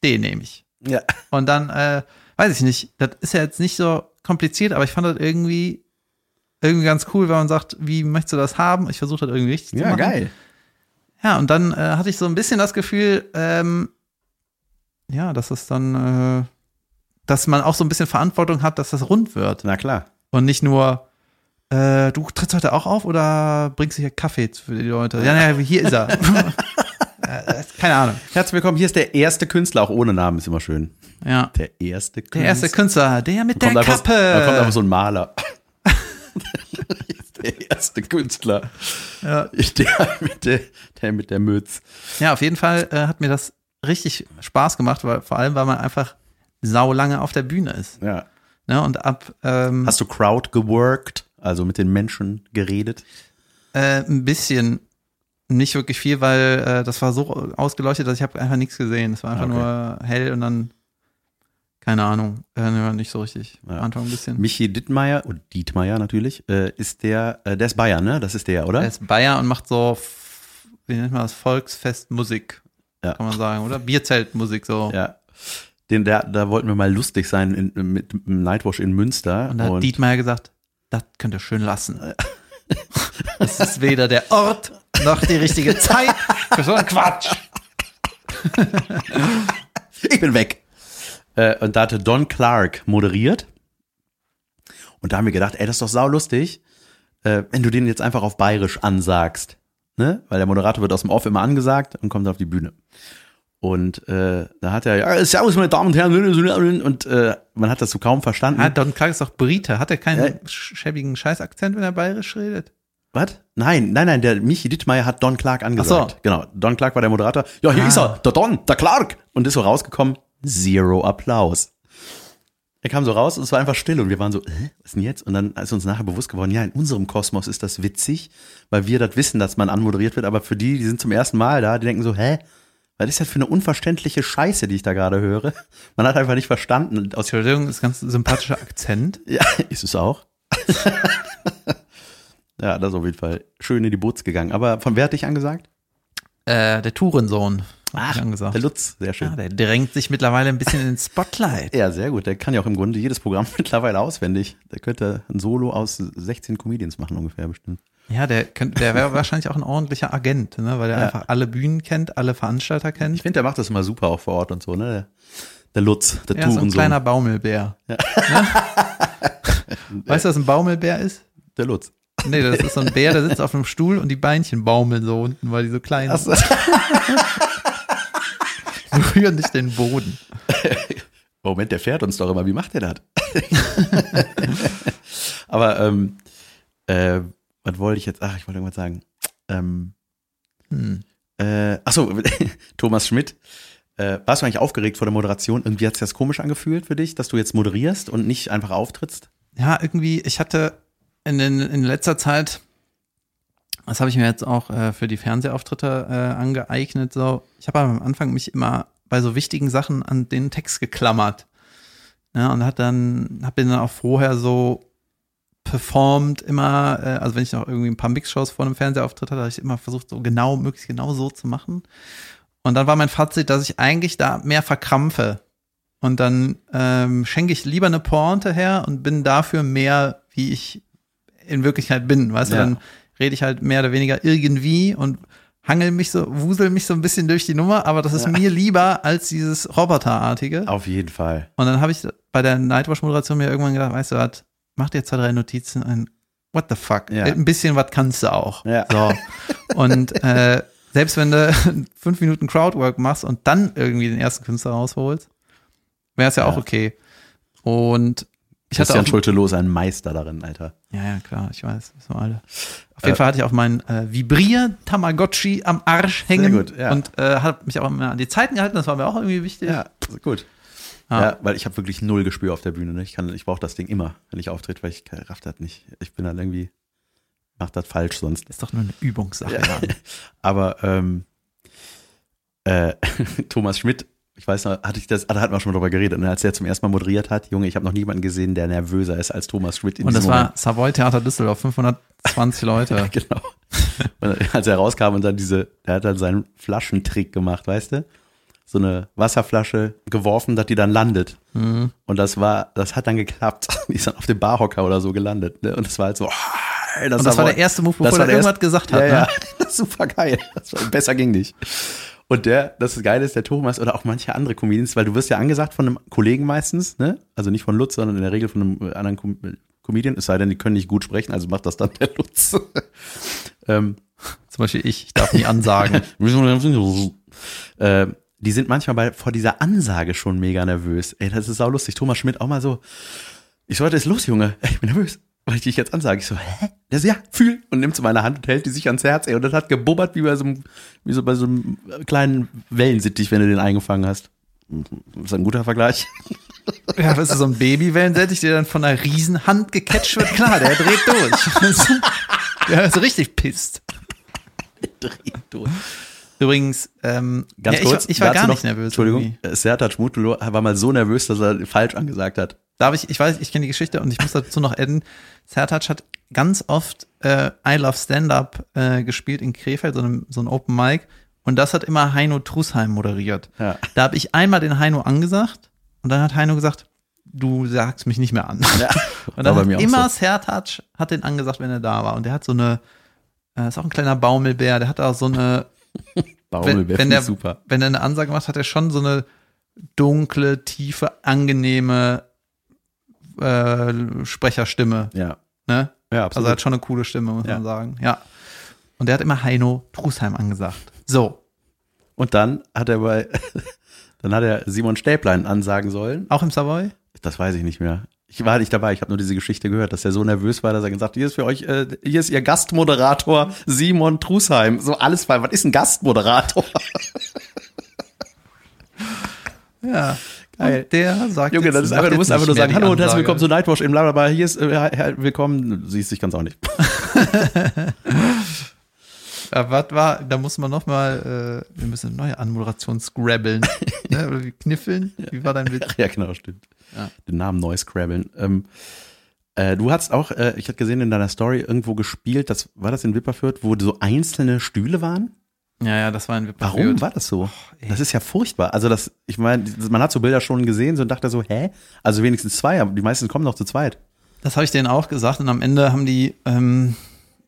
Speaker 2: den nehme ich.
Speaker 1: ja.
Speaker 2: Und dann, äh, weiß ich nicht, das ist ja jetzt nicht so kompliziert, aber ich fand das irgendwie, irgendwie ganz cool, weil man sagt, wie möchtest du das haben? Ich versuche das irgendwie richtig zu
Speaker 1: ja *laughs*
Speaker 2: machen.
Speaker 1: geil.
Speaker 2: Ja, und dann äh, hatte ich so ein bisschen das Gefühl, ähm, ja, dass es dann, äh, dass man auch so ein bisschen Verantwortung hat, dass das rund wird.
Speaker 1: Na klar.
Speaker 2: Und nicht nur, äh, du trittst heute auch auf oder bringst du hier Kaffee für die Leute? Ja, naja, hier
Speaker 1: *laughs*
Speaker 2: ist er. Äh, Keine Ahnung.
Speaker 1: Herzlich willkommen. Hier ist der erste Künstler, auch ohne Namen ist immer schön.
Speaker 2: Ja.
Speaker 1: Der erste Künstler.
Speaker 2: Der erste Künstler, der mit
Speaker 1: Dann
Speaker 2: der
Speaker 1: kommt einfach-
Speaker 2: Kappe.
Speaker 1: Dann kommt einfach so ein Maler. *laughs* der erste Künstler.
Speaker 2: Ja.
Speaker 1: Der mit der, der, mit der Mütz.
Speaker 2: Ja, auf jeden Fall äh, hat mir das richtig Spaß gemacht, weil vor allem, weil man einfach sau lange auf der Bühne ist.
Speaker 1: Ja.
Speaker 2: Ne? Und ab ähm,
Speaker 1: Hast du Crowd geworkt? Also mit den Menschen geredet?
Speaker 2: äh, ein bisschen nicht wirklich viel, weil äh, das war so ausgeleuchtet, dass ich habe einfach nichts gesehen. Es war einfach
Speaker 1: Okay.
Speaker 2: nur hell und dann keine Ahnung, äh, ne, nicht so richtig.
Speaker 1: Ja.
Speaker 2: Am Anfang ein bisschen.
Speaker 1: Michi Dittmeier, oder Dietmeier natürlich, äh, ist der, äh, der ist Bayern, ne? Das ist der, oder?
Speaker 2: Er ist Bayer und macht so, f- wie nennt man das, Volksfestmusik,
Speaker 1: Ja.
Speaker 2: kann man sagen, oder? Bierzeltmusik so.
Speaker 1: Ja. Den, der, da wollten wir mal lustig sein in, mit dem Nightwash in Münster.
Speaker 2: Und da hat Dietmar gesagt, das könnt ihr schön lassen. *laughs* Das ist weder der Ort noch die richtige Zeit für so einen Quatsch.
Speaker 1: ich bin weg. Äh, und da hatte Don Clark moderiert. Und da haben wir gedacht, ey, das ist doch saulustig, äh, wenn du den jetzt einfach auf Bayerisch ansagst. Ne? Weil der Moderator wird aus dem Off immer angesagt und kommt auf die Bühne. Und äh, da hat er, ja, servus meine Damen und Herren, und äh, man hat das so kaum verstanden.
Speaker 2: Ah, Don Clark ist doch Brite. Hat er keinen
Speaker 1: Ja.
Speaker 2: sch- schäbigen Scheißakzent, wenn er bayerisch redet?
Speaker 1: Was? Nein, nein, nein, der Michi Dittmeier hat Don Clark angesagt.
Speaker 2: Ach so.
Speaker 1: Genau, Don Clark war der Moderator. Ja, hier
Speaker 2: Ah.
Speaker 1: ist er, der Don, der Clark. Und ist so rausgekommen, zero Applaus. Er kam so raus und es war einfach still und wir waren so, Hä, was denn jetzt? Und dann ist uns nachher bewusst geworden, ja, in unserem Kosmos ist das witzig, weil wir das wissen, dass man anmoderiert wird, aber für die, die sind zum ersten Mal da, die denken so, hä? Was ist das für eine unverständliche Scheiße, die ich da gerade höre? Man hat einfach nicht verstanden. Und Aus,
Speaker 2: Entschuldigung, das ist ganz sympathischer Akzent.
Speaker 1: ja, *laughs* ist es auch. ja, das ist auf jeden Fall schön in die Boots gegangen. Aber von wer hat dich angesagt?
Speaker 2: Äh, der Tourensohn.
Speaker 1: Ach, Ah.
Speaker 2: angesagt.
Speaker 1: Der Lutz, sehr
Speaker 2: Ja,
Speaker 1: schön.
Speaker 2: der drängt sich mittlerweile ein bisschen in den Spotlight.
Speaker 1: Ja, sehr gut. Der kann ja auch im Grunde jedes Programm *laughs* mittlerweile auswendig. Der könnte ein Solo aus 16 Comedians machen ungefähr bestimmt.
Speaker 2: Ja, der, könnte- der wäre wahrscheinlich auch ein ordentlicher Agent, ne? weil er
Speaker 1: Ja.
Speaker 2: einfach alle Bühnen kennt, alle Veranstalter
Speaker 1: Ich
Speaker 2: kennt.
Speaker 1: finde, der macht das immer super auch vor Ort und so, ne? Der, der Lutz, der
Speaker 2: Er ist so ein
Speaker 1: Tourensohn.
Speaker 2: kleiner Baumelbär. Ne? *laughs* weißt du, was ein Baumelbär ist?
Speaker 1: der Lutz.
Speaker 2: Nee, das ist so ein Bär, der sitzt auf einem Stuhl und die Beinchen baumeln so unten, weil die so klein sind. Die Berühren nicht den Boden.
Speaker 1: Moment, der fährt uns doch immer. Wie macht der das? *laughs* Aber, ähm, äh, was wollte ich jetzt? Ach, ich wollte irgendwas sagen. Ähm,
Speaker 2: Hm.
Speaker 1: Äh, achso, *laughs* Thomas Schmidt. Äh, warst du eigentlich aufgeregt vor der Moderation? Irgendwie hat es das komisch angefühlt für dich, dass du jetzt moderierst und nicht einfach auftrittst?
Speaker 2: Ja, irgendwie, ich hatte in, den, in letzter Zeit, das habe ich mir jetzt auch äh, für die Fernsehauftritte äh, angeeignet, so, ich habe am Anfang mich immer bei so wichtigen Sachen an den Text geklammert. Ja, Ne, und hat dann, habe den dann auch vorher so performt immer, äh, also wenn ich noch irgendwie ein paar Mixshows vor einem Fernsehauftritt hatte, habe ich immer versucht, so genau, möglichst genau so zu machen. Und dann war mein Fazit, dass ich eigentlich da mehr verkrampfe. Und dann ähm, schenke ich lieber eine Pointe her und bin dafür mehr, wie ich in Wirklichkeit bin. Weißt
Speaker 1: Ja.
Speaker 2: du, dann rede ich halt mehr oder weniger irgendwie und hangel mich so, wusel mich so ein bisschen durch die Nummer, aber das ist mir lieber als dieses Roboterartige.
Speaker 1: Auf jeden Fall.
Speaker 2: Und dann habe ich bei der Nightwatch-Moderation mir irgendwann gedacht, weißt du was, mach dir zwei, drei Notizen ein. What the fuck?
Speaker 1: Ja.
Speaker 2: Ein bisschen was kannst du auch.
Speaker 1: Ja.
Speaker 2: So. Und äh, selbst wenn du *laughs* fünf Minuten Crowdwork machst und dann irgendwie den ersten Künstler rausholst, wäre es ja,
Speaker 1: Ja.
Speaker 2: auch okay. Und ich hatte
Speaker 1: Christian
Speaker 2: auch.
Speaker 1: Schulte-Loh ist ein Meister darin, Alter.
Speaker 2: Ja, ja, klar, ich weiß, wissen wir alle. Auf
Speaker 1: Äh,
Speaker 2: jeden Fall hatte ich auch meinen äh, Vibrier-Tamagotchi am Arsch hängen
Speaker 1: gut, ja.
Speaker 2: und äh, habe mich auch immer an die Zeiten gehalten, das war mir auch irgendwie wichtig.
Speaker 1: gut.
Speaker 2: Ah.
Speaker 1: Ja, weil ich habe wirklich null Gespür auf der Bühne. Ne? Ich, kann- ich brauche das Ding immer, wenn ich auftrete, weil ich raff das nicht. Ich bin dann irgendwie, mach das falsch sonst.
Speaker 2: Ist doch nur eine Übungssache.
Speaker 1: Ja. Aber ähm, äh, *laughs* Thomas Schmidt, ich weiß noch, hatte ich das, ah, da hatten wir schon mal drüber geredet, ne? als er zum ersten Mal moderiert hat, Junge, ich habe noch niemanden gesehen, der nervöser ist als Thomas Schmidt in
Speaker 2: Und das
Speaker 1: diesem *laughs*
Speaker 2: war Savoy Theater Düsseldorf, 520 Leute. *laughs*
Speaker 1: Moment. genau. Und als er rauskam und dann diese, der hat dann seinen Flaschentrick gemacht, weißt du? So eine Wasserflasche geworfen, dass die dann landet. Und das war, das hat dann geklappt. *laughs* Die ist dann auf dem Barhocker oder so gelandet. Ne? Und das war halt so, oh,
Speaker 2: Und das war der erste Move,
Speaker 1: Das
Speaker 2: bevor
Speaker 1: war
Speaker 2: er
Speaker 1: der
Speaker 2: irgendwas
Speaker 1: erste-
Speaker 2: gesagt
Speaker 1: Ja,
Speaker 2: hat.
Speaker 1: ja. *laughs*
Speaker 2: Ne?
Speaker 1: Das ist super geil. Das war, besser ging nicht. Und der, das Geile ist, der Thomas oder auch manche andere Comedians, weil du wirst ja angesagt von einem Kollegen meistens, ne? Also nicht von Lutz, sondern in der Regel von einem äh, anderen Com Comedian. Es sei denn, die können nicht gut sprechen, also macht das dann der *laughs* Lutz. ähm,
Speaker 2: Zum Beispiel ich, ich darf nie ansagen.
Speaker 1: äh, die sind manchmal bei, vor dieser Ansage schon mega nervös. Ey, das ist saulustig. Thomas Schmidt auch mal so, ich so, was ist los, Junge? Ey, Ich bin nervös, weil ich dich jetzt ansage. Ich so, hä? Der so, ja, fühl. Und nimmt so meine Hand und hält die sich ans Herz. Ey, und das hat gebubbert wie bei so einem, wie so bei so einem äh, kleinen Wellensittich, wenn du den eingefangen hast. Ist ein guter Vergleich.
Speaker 2: *laughs* ja, weißt du, so ein Babywellensättich, der dann von einer Riesenhand gecatcht wird. Klar, der dreht durch. *laughs* der ist richtig pisst. Übrigens, ähm,
Speaker 1: Ganz
Speaker 2: ja,
Speaker 1: kurz.
Speaker 2: ich, ich war
Speaker 1: dazu
Speaker 2: gar
Speaker 1: noch-
Speaker 2: nicht nervös. irgendwie.
Speaker 1: Entschuldigung. Sertat Schmutulo war mal so nervös, dass er falsch angesagt hat.
Speaker 2: Darf ich, ich weiß, ich kenne die Geschichte und ich muss dazu noch adden. Sertac hat ganz oft äh, I Love Stand-Up äh, gespielt in Krefeld, so, einem, so ein Open Mic. Und das hat immer Heino Trusheim moderiert.
Speaker 1: Ja.
Speaker 2: Da habe ich einmal den Heino angesagt und dann hat Heino gesagt, du sagst mich nicht mehr an.
Speaker 1: Ja.
Speaker 2: *laughs* Und
Speaker 1: War
Speaker 2: dann
Speaker 1: bei
Speaker 2: hat
Speaker 1: mir auch
Speaker 2: immer
Speaker 1: so.
Speaker 2: Sertac hat den angesagt, wenn er da war. Und der hat so eine, äh, ist auch ein kleiner Baumelbär, der hat auch so eine wenn,
Speaker 1: Baumelbär,
Speaker 2: wenn,
Speaker 1: finde
Speaker 2: der,
Speaker 1: ich super.
Speaker 2: wenn er eine Ansage macht, hat er schon so eine dunkle, tiefe, angenehme äh, Sprecherstimme.
Speaker 1: Ja.
Speaker 2: Ne?
Speaker 1: Ja,
Speaker 2: Also
Speaker 1: absolut.
Speaker 2: er hat schon eine coole Stimme, muss
Speaker 1: Ja.
Speaker 2: man sagen. Ja. Und der hat immer Heino Trusheim angesagt. So,
Speaker 1: Und dann hat er bei, *laughs* dann hat er Simon Stäblein ansagen sollen.
Speaker 2: auch im Savoy?
Speaker 1: Das weiß ich nicht mehr. Ich war nicht dabei, ich habe nur diese Geschichte gehört, dass er so nervös war, dass er gesagt hat, hier ist für euch, äh, hier ist ihr Gastmoderator Simon Trusheim. So alles bei, was ist ein
Speaker 2: *laughs*
Speaker 1: Gastmoderator?
Speaker 2: Ja.
Speaker 1: Geil.
Speaker 2: Und der sagt
Speaker 1: Junge,
Speaker 2: jetzt-
Speaker 1: das ist
Speaker 2: macht
Speaker 1: einfach, du
Speaker 2: jetzt
Speaker 1: musst einfach
Speaker 2: nicht
Speaker 1: nur
Speaker 2: mehr
Speaker 1: sagen,
Speaker 2: die
Speaker 1: hallo und herzlich
Speaker 2: Ansage.
Speaker 1: willkommen zu Nightwash im Bla, bla, bla, hier ist, äh, her- willkommen, Du siehst, ich kann es auch nicht. *laughs*
Speaker 2: Ja, was war, Ah, da muss man nochmal, äh, wir müssen eine neue Anmoderation scrabbeln. ne? Oder wie kniffeln? Wie war dein Witz?
Speaker 1: Ja, genau, stimmt.
Speaker 2: Ja.
Speaker 1: Den Namen neu scrabbeln. Ähm, äh, du hast auch, äh, ich hatte gesehen in deiner Story irgendwo gespielt, das war das in Wipperfürth, wo so einzelne Stühle waren?
Speaker 2: Ja, ja, das war ein Wipperfürth.
Speaker 1: Warum war das so?
Speaker 2: ey.
Speaker 1: das ist ja furchtbar. Also das, ich meine, man hat so Bilder schon gesehen, so und dachte so, hä? Also wenigstens zwei, aber die meisten kommen noch zu zweit.
Speaker 2: Das habe ich denen auch gesagt und am Ende haben die ähm,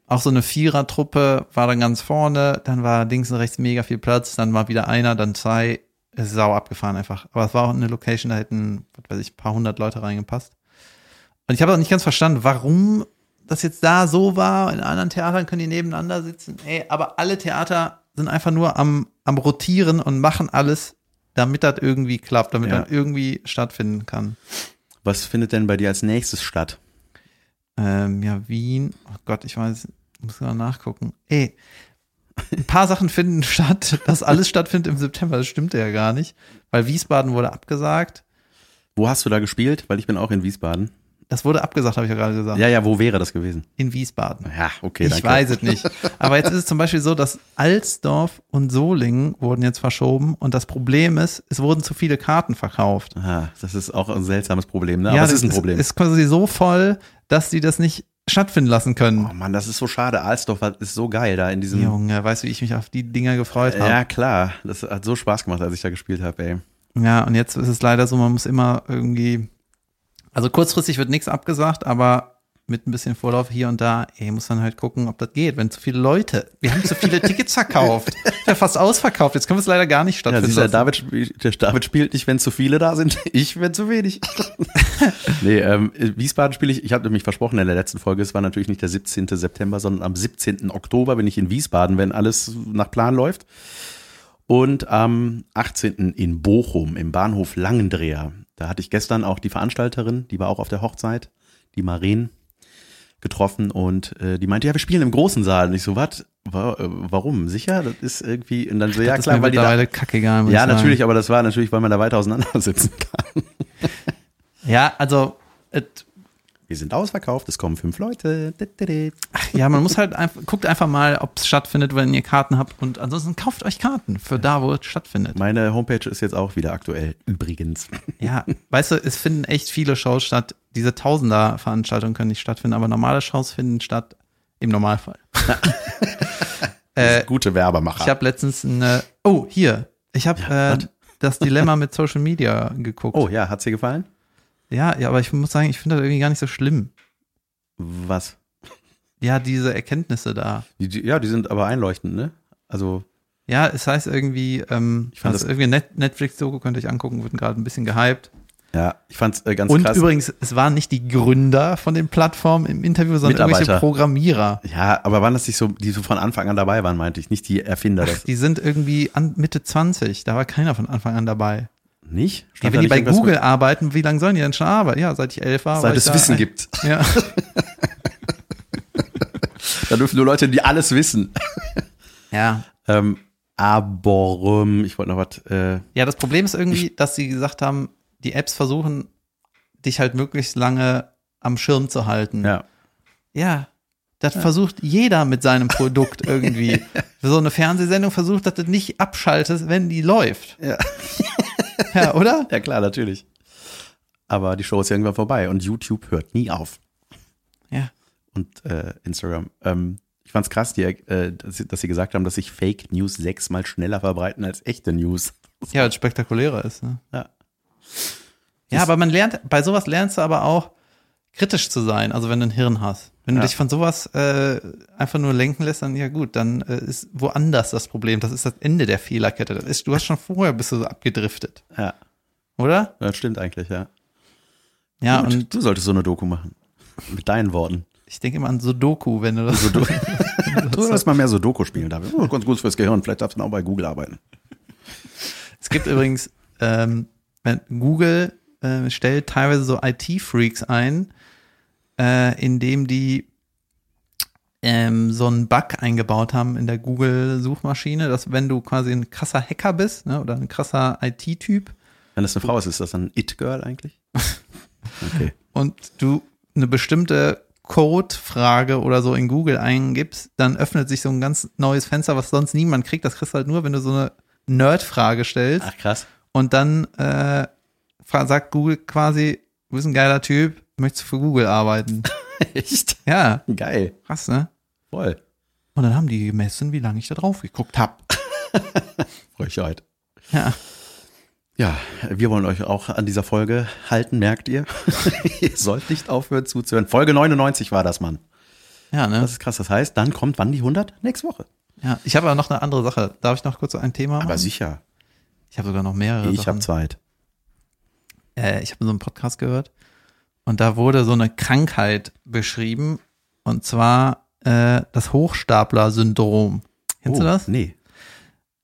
Speaker 2: auch so eine Vierertruppe, war dann ganz vorne, dann war links und rechts mega viel Platz, dann war wieder einer, dann zwei, Es ist sau abgefahren einfach. Aber es war auch eine Location, da hätten, was weiß ich, ein paar hundert Leute reingepasst. Und ich habe auch nicht ganz verstanden, warum das jetzt da so war. In anderen Theatern können die nebeneinander sitzen. Ey, aber alle Theater sind einfach nur am, am Rotieren und machen alles, damit das irgendwie klappt, damit
Speaker 1: Ja.
Speaker 2: dann irgendwie stattfinden kann.
Speaker 1: Was findet denn bei dir als nächstes statt?
Speaker 2: Ähm, ja, Wien. Oh Gott, ich weiß, muss mal nachgucken. Ey, ein paar Sachen finden statt. Das alles stattfindet im September, das stimmt ja gar nicht. Weil Wiesbaden wurde abgesagt.
Speaker 1: Wo hast du da gespielt? Weil ich bin auch in Wiesbaden.
Speaker 2: Das wurde abgesagt, habe ich ja gerade gesagt.
Speaker 1: Ja, ja, wo wäre das gewesen?
Speaker 2: In Wiesbaden.
Speaker 1: Ja, okay,
Speaker 2: ich weiß es nicht. Aber jetzt ist es zum Beispiel so, dass Alsdorf und Solingen wurden jetzt verschoben. Und das Problem ist, es wurden zu viele Karten verkauft.
Speaker 1: Ah, das ist auch ein seltsames Problem, ne? Aber es ist ein Problem.
Speaker 2: Ist, ist quasi so voll, dass die das nicht stattfinden lassen können.
Speaker 1: oh Mann, das ist so schade. Alsdorf hat- ist so geil da in diesem.
Speaker 2: Junge, weißt du, wie ich mich auf die Dinger gefreut habe?
Speaker 1: Ja, klar. Das hat so Spaß gemacht, als ich da gespielt habe, ey.
Speaker 2: Ja, und jetzt ist es leider so, man muss immer irgendwie, also kurzfristig wird nichts abgesagt, aber mit ein bisschen Vorlauf hier und da, ey, muss man halt gucken, ob das geht. Wenn zu viele Leute, wir haben zu viele
Speaker 1: *laughs*
Speaker 2: Tickets verkauft, ist ja fast ausverkauft, jetzt können wir es leider gar nicht
Speaker 1: Ja,
Speaker 2: stattfinden.
Speaker 1: siehst du, der
Speaker 2: lassen.
Speaker 1: David, spiel- der David spielt nicht, wenn zu viele da sind. *laughs* Ich, wenn zu
Speaker 2: *laughs*
Speaker 1: wenig. nee, ähm, Wiesbaden spiele ich. Ich habe nämlich versprochen in der letzten Folge, es war natürlich nicht der 17. September, sondern am 17. Oktober bin ich in Wiesbaden, wenn alles nach Plan läuft. Und am 18. in Bochum, im Bahnhof Langendreher. Da hatte ich gestern auch die Veranstalterin, die war auch auf der Hochzeit, die Maren, getroffen und äh, die meinte, ja, wir spielen im großen Saal. Und ich so, was? Wa- äh, Warum? Sicher? Das ist irgendwie. Und dann so, ja,
Speaker 2: das ist
Speaker 1: klar,
Speaker 2: mir
Speaker 1: weil die da
Speaker 2: mittlerweile kackegal. muss
Speaker 1: ja,
Speaker 2: ich sagen.
Speaker 1: natürlich, aber das war natürlich, weil man da weiter auseinandersitzen *laughs* kann.
Speaker 2: Ja, also, äh,
Speaker 1: Wir sind ausverkauft, es kommen fünf Leute.
Speaker 2: ja, man muss halt einfach, guckt einfach mal, ob es stattfindet, wenn ihr Karten habt und ansonsten kauft euch Karten für da, wo es stattfindet.
Speaker 1: Meine Homepage ist jetzt auch wieder aktuell, übrigens.
Speaker 2: Ja, weißt du, es finden echt viele Shows statt. Diese Tausender-Veranstaltungen können nicht stattfinden, aber normale Shows finden statt
Speaker 1: *laughs*
Speaker 2: im Normalfall. äh,
Speaker 1: Gute Werbemacher.
Speaker 2: ich habe letztens eine. Oh, hier. Ich habe
Speaker 1: Ja,
Speaker 2: äh,
Speaker 1: was?
Speaker 2: das Dilemma mit Social Media geguckt.
Speaker 1: oh ja, hat's dir gefallen?
Speaker 2: Ja, ja, aber ich muss sagen, ich finde das irgendwie gar nicht so schlimm.
Speaker 1: Was?
Speaker 2: Ja, diese Erkenntnisse da.
Speaker 1: Die, die, ja, die sind aber einleuchtend, ne? Also,
Speaker 2: Ja, es heißt irgendwie, ähm, ich
Speaker 1: fand
Speaker 2: fand das
Speaker 1: das-
Speaker 2: irgendwie Net Netflix-Doku könnte ich angucken, wurden gerade ein bisschen gehypt.
Speaker 1: ja, ich fand's äh, ganz
Speaker 2: Und
Speaker 1: krass.
Speaker 2: übrigens, es waren nicht die Gründer von den Plattformen im Interview, sondern irgendwelche
Speaker 1: Mitarbeiter.
Speaker 2: Programmierer.
Speaker 1: ja, aber waren das nicht so, die so von Anfang an dabei waren, meinte ich, nicht die Erfinder. Das
Speaker 2: Die sind irgendwie an Mitte 20. Da war keiner von Anfang an dabei.
Speaker 1: nicht?
Speaker 2: Ja,
Speaker 1: Stand da
Speaker 2: wenn die
Speaker 1: nicht
Speaker 2: bei
Speaker 1: irgendwas
Speaker 2: Google arbeiten, wie lange sollen die denn schon arbeiten? Ja, seit ich elf war.
Speaker 1: Mit, seit
Speaker 2: war
Speaker 1: es
Speaker 2: ich da
Speaker 1: Wissen
Speaker 2: ein-
Speaker 1: gibt. *laughs*
Speaker 2: Ja.
Speaker 1: Da dürfen nur Leute, die alles *laughs* wissen.
Speaker 2: ja.
Speaker 1: ähm, aber ähm, ich wollte noch was. Äh,
Speaker 2: Ja, das Problem ist irgendwie, dass sie gesagt haben, die Apps versuchen, dich halt möglichst lange am Schirm zu halten.
Speaker 1: ja.
Speaker 2: Ja. Das versucht jeder mit
Speaker 1: *laughs*
Speaker 2: seinem Produkt irgendwie. So eine Fernsehsendung versucht, dass du nicht abschaltest, wenn die läuft.
Speaker 1: Ja.
Speaker 2: Ja,
Speaker 1: *laughs*
Speaker 2: oder?
Speaker 1: Ja, klar, natürlich. Aber die Show ist irgendwann vorbei und YouTube hört nie auf.
Speaker 2: Ja.
Speaker 1: Und äh, Instagram. Ähm, ich fand's krass, die, äh, dass, sie, dass sie gesagt haben, dass sich Fake News sechsmal schneller verbreiten als echte News.
Speaker 2: Ja, das spektakulärer ist. Ne?
Speaker 1: Ja.
Speaker 2: Ja,
Speaker 1: Das-
Speaker 2: aber man lernt, bei sowas lernst du aber auch, kritisch zu sein, also wenn du ein Hirn hast. Wenn du
Speaker 1: Ja.
Speaker 2: dich von sowas äh, einfach nur lenken lässt, dann ja gut, dann äh, ist woanders das Problem. Das ist das Ende der Fehlerkette. Das ist, du hast schon vorher bist du so abgedriftet,
Speaker 1: Ja,
Speaker 2: oder?
Speaker 1: das stimmt eigentlich, ja.
Speaker 2: Ja,
Speaker 1: Gut,
Speaker 2: und
Speaker 1: du solltest so eine Doku machen. Mit deinen *laughs* Worten.
Speaker 2: ich denke immer an Sudoku, wenn du das.
Speaker 1: Du solltest mal mehr so Doku spielen, David. Oh, ganz gut fürs Gehirn. Vielleicht darfst du dann auch bei Google arbeiten.
Speaker 2: Es gibt übrigens, ähm, wenn Google äh, stellt teilweise so IT-Freaks ein, äh, indem die ähm, so einen Bug eingebaut haben in der Google-Suchmaschine, dass wenn du quasi ein krasser Hacker bist ne, oder ein krasser IT-Typ
Speaker 1: Wenn das eine Frau ist, ist das dann It-Girl eigentlich? Okay.
Speaker 2: und du eine bestimmte Code-Frage oder so in Google eingibst, dann öffnet sich so ein ganz neues Fenster, was sonst niemand kriegt. Das kriegst du halt nur, wenn du so eine Nerd-Frage stellst.
Speaker 1: Ach, krass.
Speaker 2: Und dann äh, fra- sagt Google quasi, du bist ein geiler Typ, möchtest du für Google *laughs* arbeiten?
Speaker 1: *laughs* Echt?
Speaker 2: ja,
Speaker 1: Geil.
Speaker 2: krass, ne?
Speaker 1: Voll.
Speaker 2: Und dann haben die gemessen, wie lange ich da drauf geguckt hab.
Speaker 1: Frechheit.
Speaker 2: *laughs* Ja.
Speaker 1: Ja, wir wollen euch auch an dieser Folge halten, merkt
Speaker 2: *laughs*
Speaker 1: ihr? ihr sollt nicht aufhören zuzuhören. Folge 99 war das, Mann.
Speaker 2: Ja, ne?
Speaker 1: Das ist krass. Das heißt, dann kommt wann die 100? Nächste Woche.
Speaker 2: ja. Ich habe aber noch eine andere Sache. Darf ich noch kurz so ein Thema machen?
Speaker 1: Aber sicher.
Speaker 2: ich habe sogar noch mehrere
Speaker 1: Ich habe
Speaker 2: Sachen.
Speaker 1: Zeit.
Speaker 2: äh, ich habe so einen Podcast gehört und da wurde so eine Krankheit beschrieben und zwar äh, das Hochstapler-Syndrom. Kennst
Speaker 1: Oh,
Speaker 2: du das?
Speaker 1: Nee.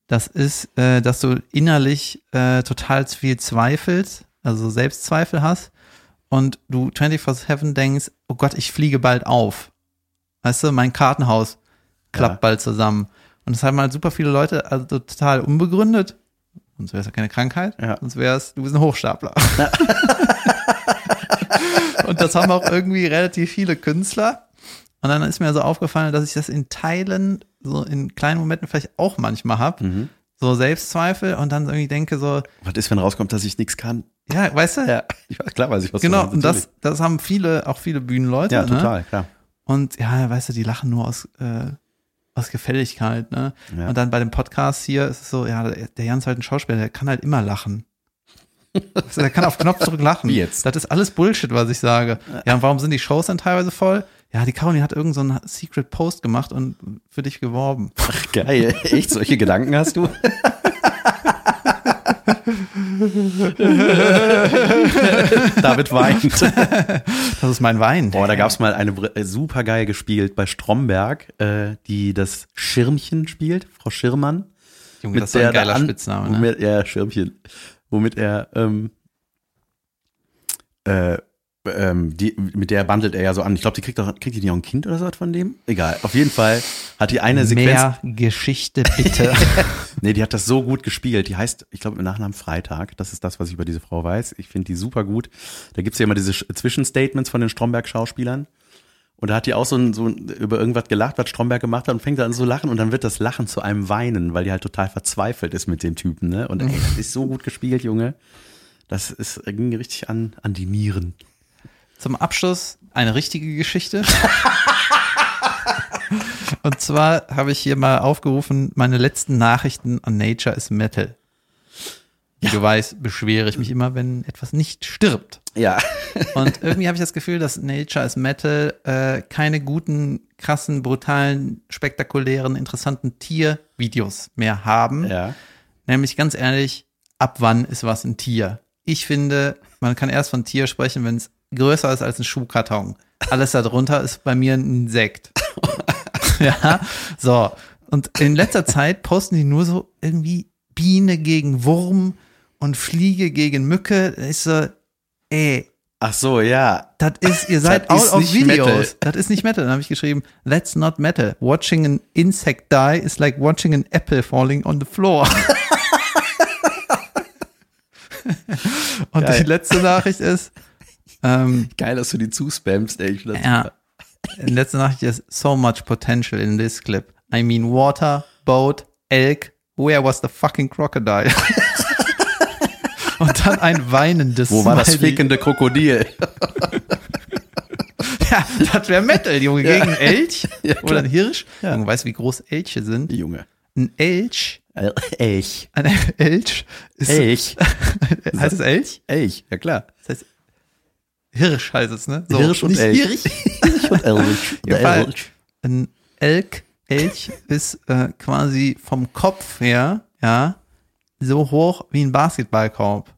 Speaker 2: Das ist, äh, dass du innerlich äh, total viel zweifelst, also Selbstzweifel hast und du 24-7 denkst, oh Gott, ich fliege bald auf. Weißt du, mein Kartenhaus klappt
Speaker 1: Ja.
Speaker 2: bald zusammen. Und das haben halt super viele Leute, also total unbegründet. Sonst wäre es ja keine Krankheit.
Speaker 1: Ja.
Speaker 2: Sonst wäre es, du bist ein Hochstapler. *laughs* und das haben auch irgendwie relativ viele Künstler. Und dann ist mir so aufgefallen, dass ich das in Teilen, so in kleinen Momenten vielleicht auch manchmal habe.
Speaker 1: Mhm.
Speaker 2: So Selbstzweifel und dann irgendwie denke so,
Speaker 1: Was ist, wenn rauskommt, dass ich nichts kann?
Speaker 2: ja, weißt du,
Speaker 1: Ich weiß, klar weiß ich, was du
Speaker 2: genau,
Speaker 1: meinst,
Speaker 2: und das,
Speaker 1: natürlich.
Speaker 2: das haben viele, auch viele Bühnenleute.
Speaker 1: Ja,
Speaker 2: ne?
Speaker 1: total, klar.
Speaker 2: Und ja, weißt du, die lachen nur aus, äh, aus Gefälligkeit, ne?
Speaker 1: Ja.
Speaker 2: Und dann bei dem Podcast hier ist es so, ja, der Jans ist halt ein Schauspieler, der kann halt immer lachen. Also der kann auf
Speaker 1: *laughs*
Speaker 2: Knopfdruck lachen.
Speaker 1: Wie jetzt?
Speaker 2: Das ist alles Bullshit, was ich sage. Ja, und warum sind die Shows dann teilweise voll? Ja, die Caroline hat irgendeinen so einen Secret Post gemacht und für dich geworben.
Speaker 1: Ach, geil. Echt, solche Gedanken hast
Speaker 2: *laughs*
Speaker 1: du? David weint.
Speaker 2: Das ist mein Wein.
Speaker 1: Boah, da gab es mal eine Br- äh, super geil gespielt bei Stromberg, äh, die das Schirmchen spielt, Frau Schirmann.
Speaker 2: Junge,
Speaker 1: mit
Speaker 2: das ist so
Speaker 1: der
Speaker 2: ein geiler
Speaker 1: da an-
Speaker 2: Spitzname, ne?
Speaker 1: Womit er, Schirmchen, womit er, ähm, äh, ähm, die, mit der bandelt er ja so an. Ich glaube, die kriegt doch, kriegt die nicht auch ein Kind oder so was von dem? Egal. Auf jeden Fall hat die eine Sequenz.
Speaker 2: Mehr Geschichte
Speaker 1: *laughs*
Speaker 2: bitte.
Speaker 1: Nee, die hat das so gut gespielt. Die heißt, ich glaube, im Nachnamen Freitag. Das ist das, was ich über diese Frau weiß. Ich finde die super gut. Da gibt's ja immer diese Sch- Zwischenstatements von den Stromberg-Schauspielern. Und da hat die auch so, ein, so ein, über irgendwas gelacht, was Stromberg gemacht hat und fängt dann an zu lachen und dann wird das Lachen zu einem Weinen, weil die halt total verzweifelt ist mit dem Typen, ne? *laughs* Und ey, das ist so gut gespielt, Junge. Das ist, ging richtig an, an die Nieren.
Speaker 2: Zum Abschluss eine richtige Geschichte. *laughs* Und zwar habe ich hier mal aufgerufen, meine letzten Nachrichten an Nature is Metal. Wie du weißt, beschwere ich mich immer, wenn etwas nicht stirbt.
Speaker 1: Ja.
Speaker 2: Und irgendwie habe ich das Gefühl, dass Nature is Metal äh, keine guten, krassen, brutalen, spektakulären, interessanten Tiervideos mehr haben.
Speaker 1: Ja.
Speaker 2: Nämlich ganz ehrlich, ab wann ist was ein Tier? Ich finde, man kann erst von Tier sprechen, wenn es größer ist als ein Schuhkarton. Alles darunter ist bei mir ein Insekt. *laughs* ja, so. Und in letzter Zeit posten die nur so irgendwie Biene gegen Wurm und Fliege gegen Mücke. Da Ist so, ey,
Speaker 1: Ach so, ja.
Speaker 2: das
Speaker 1: *laughs*
Speaker 2: ist, ihr seid
Speaker 1: Das
Speaker 2: out
Speaker 1: ist nicht
Speaker 2: of videos.
Speaker 1: Metal.
Speaker 2: Das ist nicht Metal. Dann habe ich geschrieben, that's not Metal. Watching an insect die is like watching an apple falling on the floor. *laughs* Und
Speaker 1: Geil.
Speaker 2: die letzte Nachricht ist, ähm,
Speaker 1: Geil, dass du die zuspammst, ey. Ich find das
Speaker 2: ja, die letzte Nachricht ist, so much potential in this clip. I mean water, boat, elk, where was the fucking crocodile? *laughs* Und dann ein weinendes
Speaker 1: Wo war das
Speaker 2: Smiley.
Speaker 1: fickende Krokodil? *laughs*
Speaker 2: Ja, das wäre Metal, Junge, gegen
Speaker 1: *laughs*
Speaker 2: einen Elch oder einen Hirsch.
Speaker 1: Ja.
Speaker 2: Junge, weißt du, wie groß Elche sind?
Speaker 1: Junge.
Speaker 2: Ein Elch,
Speaker 1: Äh, Elch.
Speaker 2: ein Elch, ist,
Speaker 1: Elch.
Speaker 2: heißt es Elch?
Speaker 1: Elch, ja klar.
Speaker 2: Das heißt, Hirsch heißt es, ne? So,
Speaker 1: Hirsch und
Speaker 2: nicht
Speaker 1: Elch.
Speaker 2: Hirsch.
Speaker 1: *laughs* Elch und
Speaker 2: *laughs*
Speaker 1: Elch.
Speaker 2: Der Elch. Ein Elk,
Speaker 1: *laughs*
Speaker 2: Elch ist äh, quasi vom Kopf her, ja, so hoch wie ein Basketballkorb.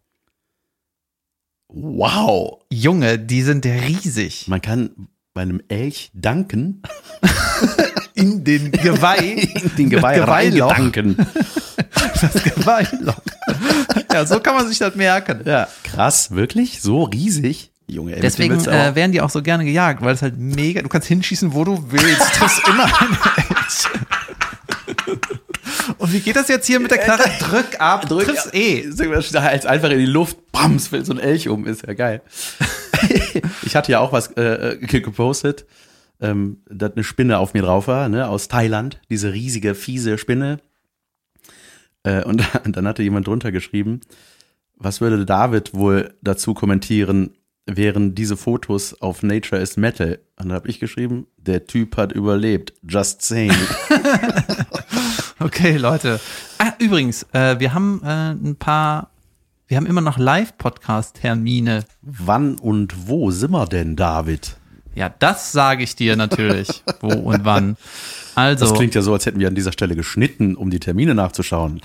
Speaker 1: Wow.
Speaker 2: Junge, die sind riesig.
Speaker 1: Man kann bei einem Elch danken, *laughs*
Speaker 2: In den *laughs* Geweih.
Speaker 1: in den Geweih
Speaker 2: Das Geweihloch.
Speaker 1: danken.
Speaker 2: das Geweihloch. ja, so kann man sich das merken.
Speaker 1: Ja, krass, wirklich? So riesig? Junge, ey, mit dem
Speaker 2: Deswegen
Speaker 1: willst du aber-
Speaker 2: äh, werden die auch so gerne gejagt, weil es halt mega, du kannst hinschießen, wo du willst. Das ist immer ein Edge. Und wie geht das jetzt hier mit der Knarre? Drück ab,
Speaker 1: Drück-
Speaker 2: triff's eh.
Speaker 1: Sag mal, als einfach in die Luft, bams, fällt so ein Elch um, ist ja geil. ich hatte ja auch was äh, ge- gepostet, ähm, dass eine Spinne auf mir drauf war, ne, aus Thailand, diese riesige, fiese Spinne. Äh, und, *laughs* und dann hatte jemand drunter geschrieben, was würde David wohl dazu kommentieren, wären diese Fotos auf Nature is Metal? Und dann habe ich geschrieben, der Typ hat überlebt, just saying.
Speaker 2: Okay, Leute. Ah, übrigens, äh, wir haben äh, ein paar, wir haben immer noch Live-Podcast-Termine.
Speaker 1: Wann und wo sind wir denn, David?
Speaker 2: Ja, das sage ich dir natürlich, wo und wann. Also,
Speaker 1: Das klingt ja so, als hätten wir an dieser Stelle geschnitten, um die Termine nachzuschauen.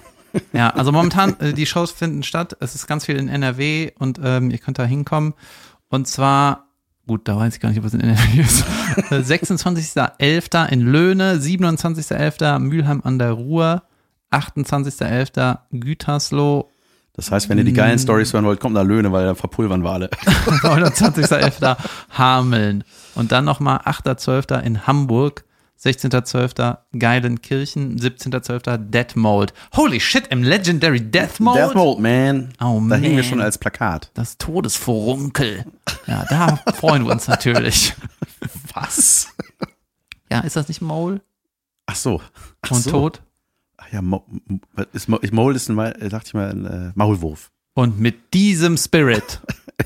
Speaker 2: Ja, also momentan, äh, die Shows finden statt. Es ist ganz viel in NRW und ähm, ihr könnt da hinkommen. Und zwar, gut, da weiß ich gar nicht, ob es in NRW ist. *laughs* Äh, 26.11. in Löhne, 27.11. Mülheim an der Ruhr, 28.11. Gütersloh, *laughs*
Speaker 1: Das heißt, wenn ihr die geilen Stories hören wollt, kommt nach Löhne, weil da verpulvern wir alle.
Speaker 2: 29.11. Hameln. Und dann nochmal 8.12. in Hamburg, 16.12. Geilenkirchen, 17.12. Death Mold. Holy shit, im Legendary Death
Speaker 1: *laughs*
Speaker 2: Mold.
Speaker 1: Death Mold, man.
Speaker 2: Oh,
Speaker 1: da hingen wir
Speaker 2: man.
Speaker 1: schon als Plakat.
Speaker 2: Das Todesvorunkel. Ja, da freuen wir uns natürlich.
Speaker 1: Was?
Speaker 2: Ja, ist das nicht Maul
Speaker 1: Ach so. Ach
Speaker 2: und
Speaker 1: so.
Speaker 2: Tod?
Speaker 1: Ach ja, Mo M- ist Mo ich Maul ist ein, Ma- äh, dachte ich mal, ein äh, Maulwurf.
Speaker 2: Und mit diesem Spirit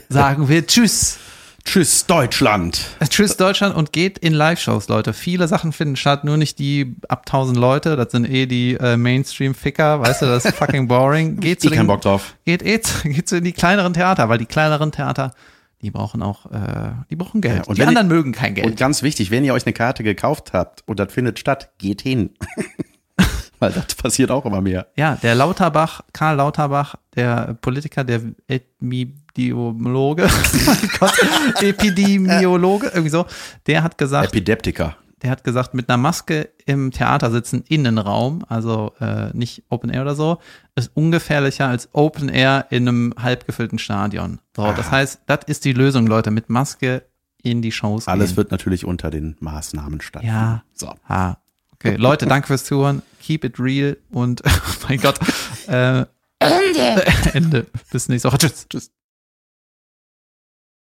Speaker 2: sagen wir Tschüss.
Speaker 1: Tschüss, Deutschland.
Speaker 2: Äh, Tschüss Deutschland und geht in Live-Shows, Leute. Viele Sachen finden statt, nur nicht die ab 1000 Leute. Das sind eh die äh, Mainstream-Ficker, weißt du, das ist fucking *laughs* boring. Geht zu
Speaker 1: Ich keinen
Speaker 2: den
Speaker 1: Bock drauf.
Speaker 2: geht eh zu, geht zu in die kleineren Theater, weil die kleineren Theater, die brauchen auch, äh, die brauchen Geld.
Speaker 1: Ja, und
Speaker 2: die
Speaker 1: wenn
Speaker 2: anderen mögen kein
Speaker 1: Und
Speaker 2: Geld.
Speaker 1: ganz wichtig, wenn ihr euch eine Karte gekauft habt und das findet statt, geht hin. *laughs* Weil das passiert auch immer mehr.
Speaker 2: Ja, der Lauterbach, Karl Lauterbach, der Politiker, der Epidemiologe, *laughs* oh mein Gott, Epidemiologe, irgendwie so, der hat gesagt,
Speaker 1: Epideptiker.
Speaker 2: der hat gesagt, mit einer Maske im Theater sitzen, Innenraum, also äh, nicht Open Air oder so, ist ungefährlicher als Open Air in einem halbgefüllten Stadion. So, das heißt, das ist die Lösung, Leute, mit Maske in die Shows
Speaker 1: Alles
Speaker 2: gehen.
Speaker 1: wird natürlich unter den Maßnahmen stattfinden.
Speaker 2: Ja.
Speaker 1: So.
Speaker 2: Ah, okay. Leute, danke fürs Zuhören. Keep it *laughs* real und oh mein Gott. Äh, Ende. Ende. Bis nächste Woche. Tschüss. Tschüss.